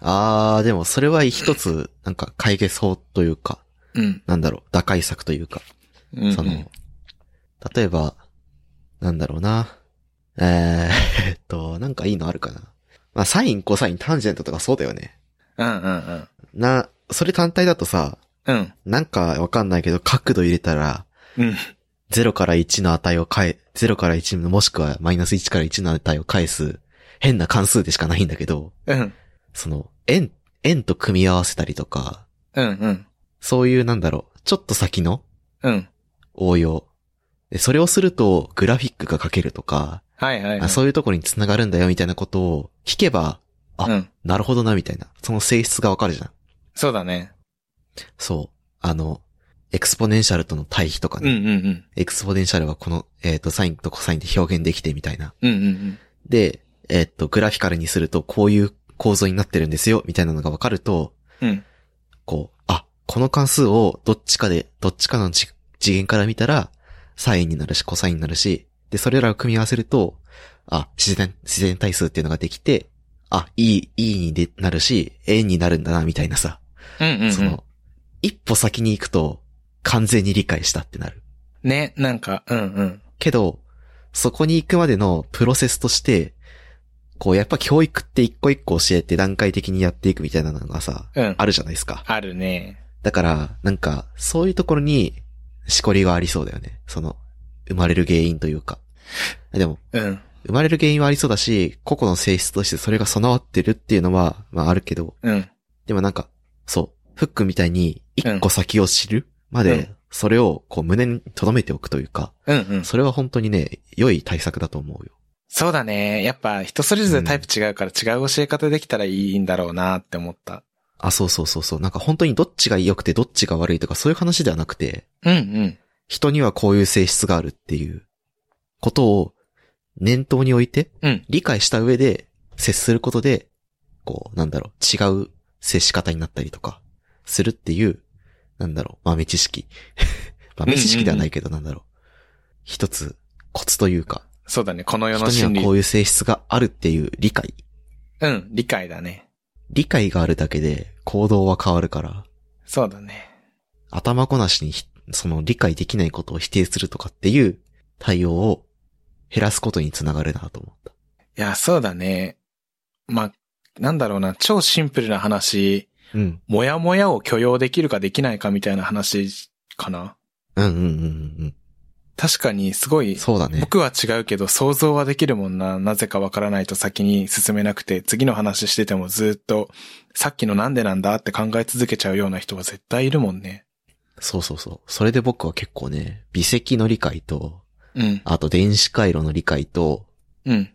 [SPEAKER 2] あー、でもそれは一つ、なんか解決法というか、
[SPEAKER 1] うん。
[SPEAKER 2] なんだろう、打開策というか、
[SPEAKER 1] うんうん
[SPEAKER 2] その、例えば、なんだろうな、えーえっと、なんかいいのあるかな。まあ、サイン、コサイン、タンジェントとかそうだよね。
[SPEAKER 1] うんうん
[SPEAKER 2] な、それ単体だとさ、
[SPEAKER 1] うん。うん。
[SPEAKER 2] なんかわかんないけど、角度入れたら、
[SPEAKER 1] うん。
[SPEAKER 2] 0から1の値を変え、0から1の、もしくはマイナス1から1の値を返す、変な関数でしかないんだけど、
[SPEAKER 1] うん。
[SPEAKER 2] その、円、円と組み合わせたりとか、
[SPEAKER 1] うんうん。
[SPEAKER 2] そういうなんだろう、ちょっと先の
[SPEAKER 1] うん。
[SPEAKER 2] 応用。でそれをすると、グラフィックが書けるとか、
[SPEAKER 1] はいはい、は
[SPEAKER 2] あ
[SPEAKER 1] い。
[SPEAKER 2] そういうところに繋がるんだよみたいなことを聞けば、あ
[SPEAKER 1] うん。
[SPEAKER 2] なるほどなみたいな。その性質がわかるじゃん。
[SPEAKER 1] そうだね。
[SPEAKER 2] そう。あの、エクスポネンシャルとの対比とか
[SPEAKER 1] うん
[SPEAKER 2] ね。
[SPEAKER 1] うんうん。
[SPEAKER 2] エクスポネンシャルはこの、えっ、と、サインとコサインで表現できてみたいな。
[SPEAKER 1] うんうんうん。
[SPEAKER 2] で、えっ、と、グラフィカルにするとこういう構造になってるんですよ、みたいなのがわかると、
[SPEAKER 1] うん。
[SPEAKER 2] こう、あ、この関数をどっちかで、どっちかのじ次元から見たら、サインになるし、コサインになるし、で、それらを組み合わせると、あ、自然、自然対数っていうのができて、あ、E、E にでなるし、円になるんだな、みたいなさ、
[SPEAKER 1] うんうん、うん。
[SPEAKER 2] その、一歩先に行くと、完全に理解したってなる。
[SPEAKER 1] ね、なんか、うんうん。
[SPEAKER 2] けど、そこに行くまでのプロセスとして、こう、やっぱ教育って一個一個教えて段階的にやっていくみたいなのがさ、
[SPEAKER 1] うん。
[SPEAKER 2] あるじゃないですか。
[SPEAKER 1] あるね。
[SPEAKER 2] だから、なんか、そういうところに、しこりがありそうだよね。その、生まれる原因というか。でも、
[SPEAKER 1] うん。
[SPEAKER 2] 生まれる原因はありそうだし、個々の性質としてそれが備わってるっていうのは、まああるけど、
[SPEAKER 1] うん。
[SPEAKER 2] でもなんか、そう、フックみたいに、一個先を知るま
[SPEAKER 1] う
[SPEAKER 2] で
[SPEAKER 1] ん、
[SPEAKER 2] それをこう胸に留めておくというか、
[SPEAKER 1] うんうん。
[SPEAKER 2] それは本当にね、良い対策だと思うよ。
[SPEAKER 1] そうだね。やっぱ人それぞれタイプ違うから違う教え方できたらいいんだろうなって思った。
[SPEAKER 2] あ、そうそうそうそう。なんか本当にどっちが良くてどっちが悪いとかそういう話ではなくて、
[SPEAKER 1] うんうん。
[SPEAKER 2] 人にはこういう性質があるっていうことを念頭に置いて、
[SPEAKER 1] うん
[SPEAKER 2] 理解した上で接することで、こう、なんだろう、違う接し方になったりとか、するっていう、なんだろう、豆知識。 豆知識ではないけど、なんだろう。一つ、コツというか、
[SPEAKER 1] そうだね。この世の
[SPEAKER 2] 人
[SPEAKER 1] 心
[SPEAKER 2] に
[SPEAKER 1] 理
[SPEAKER 2] はこ。ういう性質があるっていう理解。
[SPEAKER 1] うん。理解だね。
[SPEAKER 2] 理解があるだけで行動は変わるから、
[SPEAKER 1] そうだね。
[SPEAKER 2] 頭こなしにひその理解できないことを否定するとかっていう対応を減らすことにつながるなと思った。
[SPEAKER 1] いや、そうだね。まあ、なんだろうな。超シンプルな話。
[SPEAKER 2] うん。
[SPEAKER 1] もやもやを許容できるかできないかみたいな話かな。
[SPEAKER 2] うんうんうんうん
[SPEAKER 1] 確かにすご
[SPEAKER 2] うん。
[SPEAKER 1] い、
[SPEAKER 2] そうだね。
[SPEAKER 1] 僕は違うけど想像はできるもんな。なぜかわからないと先に進めなくて、次の話しててもずっと、さっきのなんでなんだって考え続けちゃうような人は絶対いるもんね。
[SPEAKER 2] そうそうそう。それで僕は結構ね、微積の理解と、
[SPEAKER 1] うん。
[SPEAKER 2] あと電子回路の理解と、
[SPEAKER 1] うん。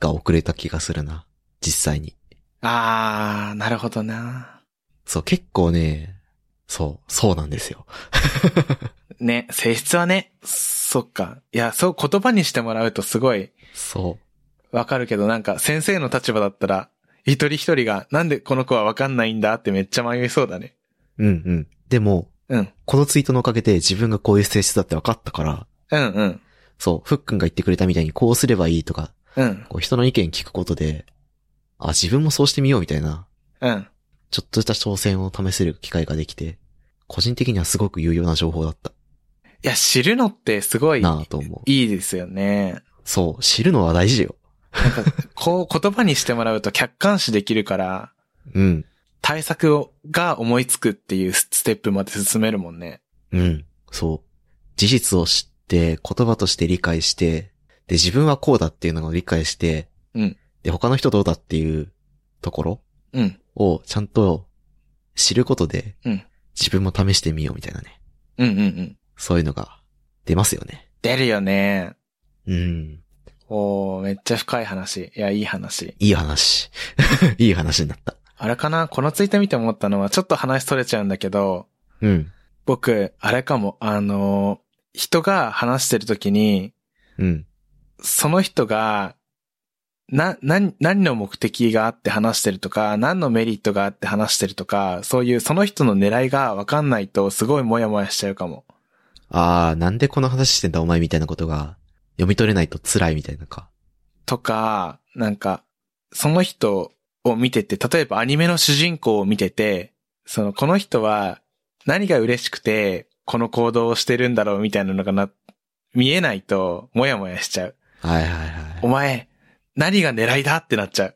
[SPEAKER 2] が遅れた気がするな。実際に。
[SPEAKER 1] あー、なるほどな。
[SPEAKER 2] そう、結構ね、そう、そうなんですよ。
[SPEAKER 1] ね、性質はね、そっか。いや、そう言葉にしてもらうとすごい
[SPEAKER 2] そ
[SPEAKER 1] わかるけど、なんか先生の立場だったら、一人一人がなんでこの子はわかんないんだってめっちゃ迷いそうだね。
[SPEAKER 2] う。うんうん。でも、
[SPEAKER 1] うん。
[SPEAKER 2] このツイートのおかげで自分がこういう性質だって分かったから、
[SPEAKER 1] うんうん。
[SPEAKER 2] そう、ふっくんが言ってくれたみたいにこうすればいいとか、
[SPEAKER 1] うん。
[SPEAKER 2] こう人の意見聞くことで、あ、自分もそうしてみようみたいな、
[SPEAKER 1] うん。
[SPEAKER 2] ちょっとした挑戦を試せる機会ができて、個人的にはすごく有用な情報だった
[SPEAKER 1] いや、知るのってすごい、
[SPEAKER 2] なぁと思う。
[SPEAKER 1] いいですよね。
[SPEAKER 2] そう、知るのは大事よ。
[SPEAKER 1] こう言葉にしてもらうと客観視できるから、
[SPEAKER 2] うん、
[SPEAKER 1] 対策を、が思いつくっていうステップまで進めるもんね。
[SPEAKER 2] うん、そう。事実を知って、言葉として理解して、で、自分はこうだっていうのを理解して、
[SPEAKER 1] うん
[SPEAKER 2] で、他の人どうだっていうところ
[SPEAKER 1] うん。
[SPEAKER 2] をちゃんと知ることで、
[SPEAKER 1] うん
[SPEAKER 2] 自分も試してみようみたいなね。
[SPEAKER 1] うんうんうん。
[SPEAKER 2] そういうのが出ますよね。
[SPEAKER 1] 出るよね。
[SPEAKER 2] うん。
[SPEAKER 1] おー、めっちゃ深い話。いや、いい話。
[SPEAKER 2] いい話。 いい話になった。
[SPEAKER 1] あれかなこのツイート見て思ったのは、ちょっと話取れちゃうんだけど、
[SPEAKER 2] うん。
[SPEAKER 1] 僕、あれかも、あのー人が話してるときに、
[SPEAKER 2] うん。
[SPEAKER 1] その人が、な、何、何の目的があって話してるとか、何のメリットがあって話してるとか、そういうその人の狙いがわかんないと、すごいモヤモヤしちゃうかも。
[SPEAKER 2] あー、なんでこの話してんだお前みたいなことが、読み取れないと辛いみたいなか。
[SPEAKER 1] とか、なんか、その人を見てて、例えばアニメの主人公を見てて、その、この人は何が嬉しくて、この行動をしてるんだろうみたいなのがな、見えないと、モヤモヤしちゃう。
[SPEAKER 2] はいはい
[SPEAKER 1] お
[SPEAKER 2] はい。
[SPEAKER 1] 前、何が狙いだってなっちゃう。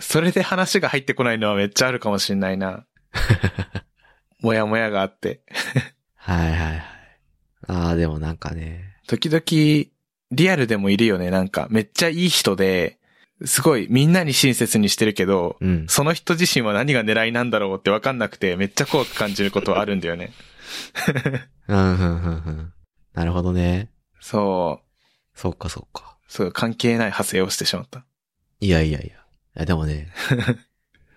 [SPEAKER 1] それで話が入ってこないのはめっちゃあるかもしんないな。もやもやがあって。
[SPEAKER 2] はいはいはい。あー、でもなんかね。
[SPEAKER 1] 時々、リアルでもいるよね。なんか、めっちゃいい人で、すごいみんなに親切にしてるけど、
[SPEAKER 2] うん。
[SPEAKER 1] その人自身は何が狙いなんだろうってわかんなくて、めっちゃ怖く感じることはあるんだよね。
[SPEAKER 2] うん、うん、うん、うん。なるほどね。
[SPEAKER 1] そ
[SPEAKER 2] そっかそっか
[SPEAKER 1] う。。そう、関係ない派生をしてしまった。
[SPEAKER 2] いやいやいや。いや、で もね。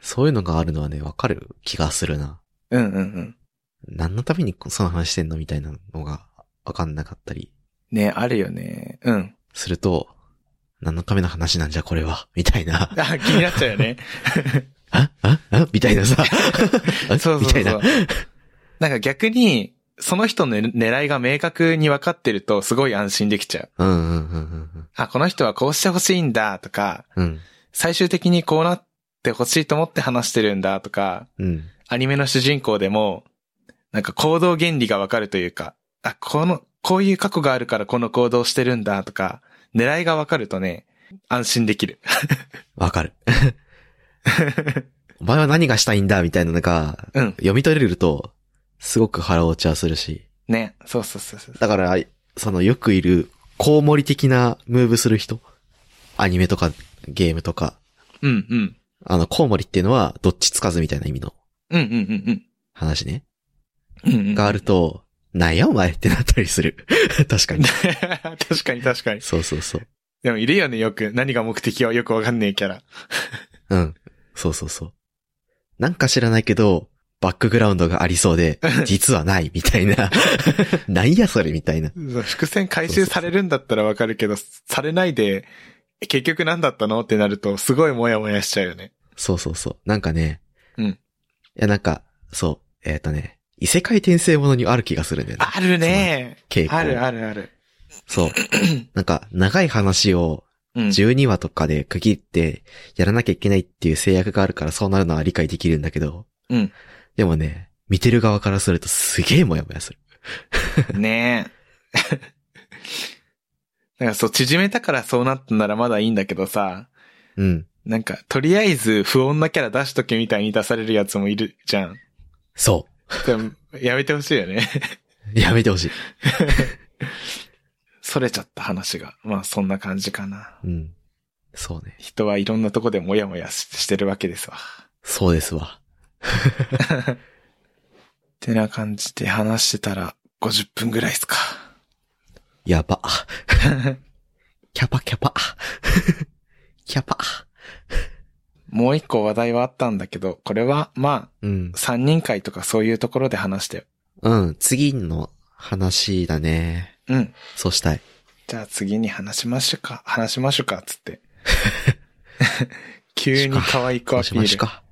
[SPEAKER 2] そういうのがあるのはね、わかる気がするな。
[SPEAKER 1] うんうんうん。
[SPEAKER 2] 何のためにその話してんのみたいなのがわかんなかったり
[SPEAKER 1] ねあるよね。うん。
[SPEAKER 2] すると、何のための話なんじゃこれは、みたいな。
[SPEAKER 1] あ、気になっちゃうよね。
[SPEAKER 2] あああみたい なさ。あ
[SPEAKER 1] そう
[SPEAKER 2] み
[SPEAKER 1] そ
[SPEAKER 2] た
[SPEAKER 1] う
[SPEAKER 2] い
[SPEAKER 1] そ
[SPEAKER 2] な
[SPEAKER 1] う。。なんか逆に、その人の狙いが明確に分かってると、すごい安心できちゃう。
[SPEAKER 2] うんうんうんうん
[SPEAKER 1] あ、この人はこうしてほしいんだとか、
[SPEAKER 2] うん。
[SPEAKER 1] 最終的にこうなってほしいと思って話してるんだとか、
[SPEAKER 2] うん。うん。
[SPEAKER 1] アニメの主人公でも、なんか行動原理が分かるというか、あ、この、こういう過去があるからこの行動してるんだとか、狙いが分かるとね、安心できる。
[SPEAKER 2] わかる。お前は何がしたいんだみたいなのが、
[SPEAKER 1] うん
[SPEAKER 2] 読み取れると、すごく腹落ちはするし。
[SPEAKER 1] ね。そうそうそうそう。
[SPEAKER 2] だから、そのよくいる、コウモリ的なムーブする人アニメとかゲームとか。
[SPEAKER 1] うんうん。
[SPEAKER 2] あの、コウモリっていうのは、どっちつかずみたいな意味の
[SPEAKER 1] うんうんうん
[SPEAKER 2] 話ね。
[SPEAKER 1] うん。うんうん、
[SPEAKER 2] がある。と、なんやお前ってなったりする。 確か に。
[SPEAKER 1] 確かに確かに。
[SPEAKER 2] そうそうそう。
[SPEAKER 1] でもいるよね、よく。何が目的はよくわかんねえキャラ。
[SPEAKER 2] うん。そうそうそう。なんか知らないけど、バックグラウンドがありそうで、実はない、みた いな。なんやそれ、みたいな。
[SPEAKER 1] そう伏線回収されるんだったらわかるけど、されないで、結局何だったのってなると、すごいモヤモヤしちゃうよね。
[SPEAKER 2] そうそうそう。なんかね。
[SPEAKER 1] うん
[SPEAKER 2] いや、なんか、そう。えっ、とね、異世界転生ものにある気がするんだよね。
[SPEAKER 1] あるね
[SPEAKER 2] 傾向。
[SPEAKER 1] あるあるある。
[SPEAKER 2] そう。なんか、長い話を
[SPEAKER 1] うん。
[SPEAKER 2] 12話とかで区切ってやらなきゃいけないっていう制約があるからそうなるのは理解できるんだけど。
[SPEAKER 1] うん。
[SPEAKER 2] でもね、見てる側からするとすげえもやもやする。
[SPEAKER 1] ねえ。 なんかそう、縮めたからそうなったならまだいいんだけどさ、
[SPEAKER 2] うん。
[SPEAKER 1] なんか、とりあえず不穏なキャラ出しとけみたいに出されるやつもいるじゃん。
[SPEAKER 2] そ
[SPEAKER 1] でもやめてほしいよね。
[SPEAKER 2] う。やめてほしい。
[SPEAKER 1] それちゃった話が。まあ、そんな感じかな。
[SPEAKER 2] うん。そうね。
[SPEAKER 1] 人はいろんなとこでモヤモヤししてるわけですわ。
[SPEAKER 2] そうですわ。
[SPEAKER 1] てな感じで話してたら50分ぐらいですか。
[SPEAKER 2] やば。 キャパキャパ。 キャパ。
[SPEAKER 1] もう一個話題はあったんだけど、これはま
[SPEAKER 2] うん
[SPEAKER 1] あ、。三人会とかそういうところで話してよ。
[SPEAKER 2] うん。次の話だね。
[SPEAKER 1] うん。
[SPEAKER 2] そうしたい。
[SPEAKER 1] じゃあ次に話しましょうか、話しましょうか、つって。急に可愛く
[SPEAKER 2] そ
[SPEAKER 1] ア
[SPEAKER 2] う
[SPEAKER 1] ピ
[SPEAKER 2] し
[SPEAKER 1] ー
[SPEAKER 2] ま
[SPEAKER 1] ル。
[SPEAKER 2] しょうか。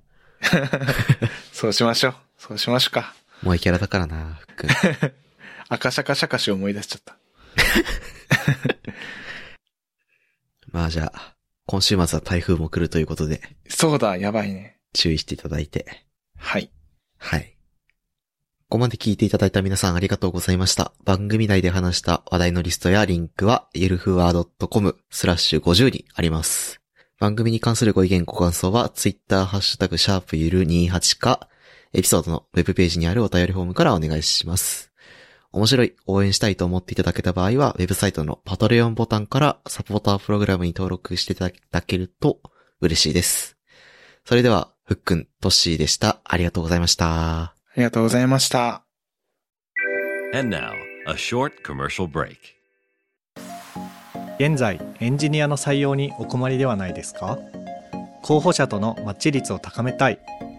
[SPEAKER 1] そうしましょう。そうしましょうか。
[SPEAKER 2] もうイキャラだからな、ふっくん。
[SPEAKER 1] 赤シャカシャカシ思い出しちゃった。
[SPEAKER 2] まあじゃあ、今週末は台風も来るということで、
[SPEAKER 1] そうだ、やばいね。
[SPEAKER 2] 注意していただいて。
[SPEAKER 1] はい。
[SPEAKER 2] はい。ここまで聞いていただいた皆さんありがとうございました。番組内で話した話題のリストやリンクは、ゆるふわ .com スラッシュ50にあります。番組に関するご意見ご感想は、ツイッターハッシュタグシャープゆる28か、エピソードのウェブページにあるお便りフォームからお願いします。面白い、応援したいと思っていただけた場合は、ウェブサイトのパトレオンボタンからサポータープログラムに登録していただけると嬉しいです。それでは、ふっくん、とっしーでした。ありがとうございました。
[SPEAKER 1] ありがとうございました。
[SPEAKER 3] And now, a short commercial break.
[SPEAKER 4] 現在エンジニアの採用にお困りではないですか候補者とのマッチ率を高めたい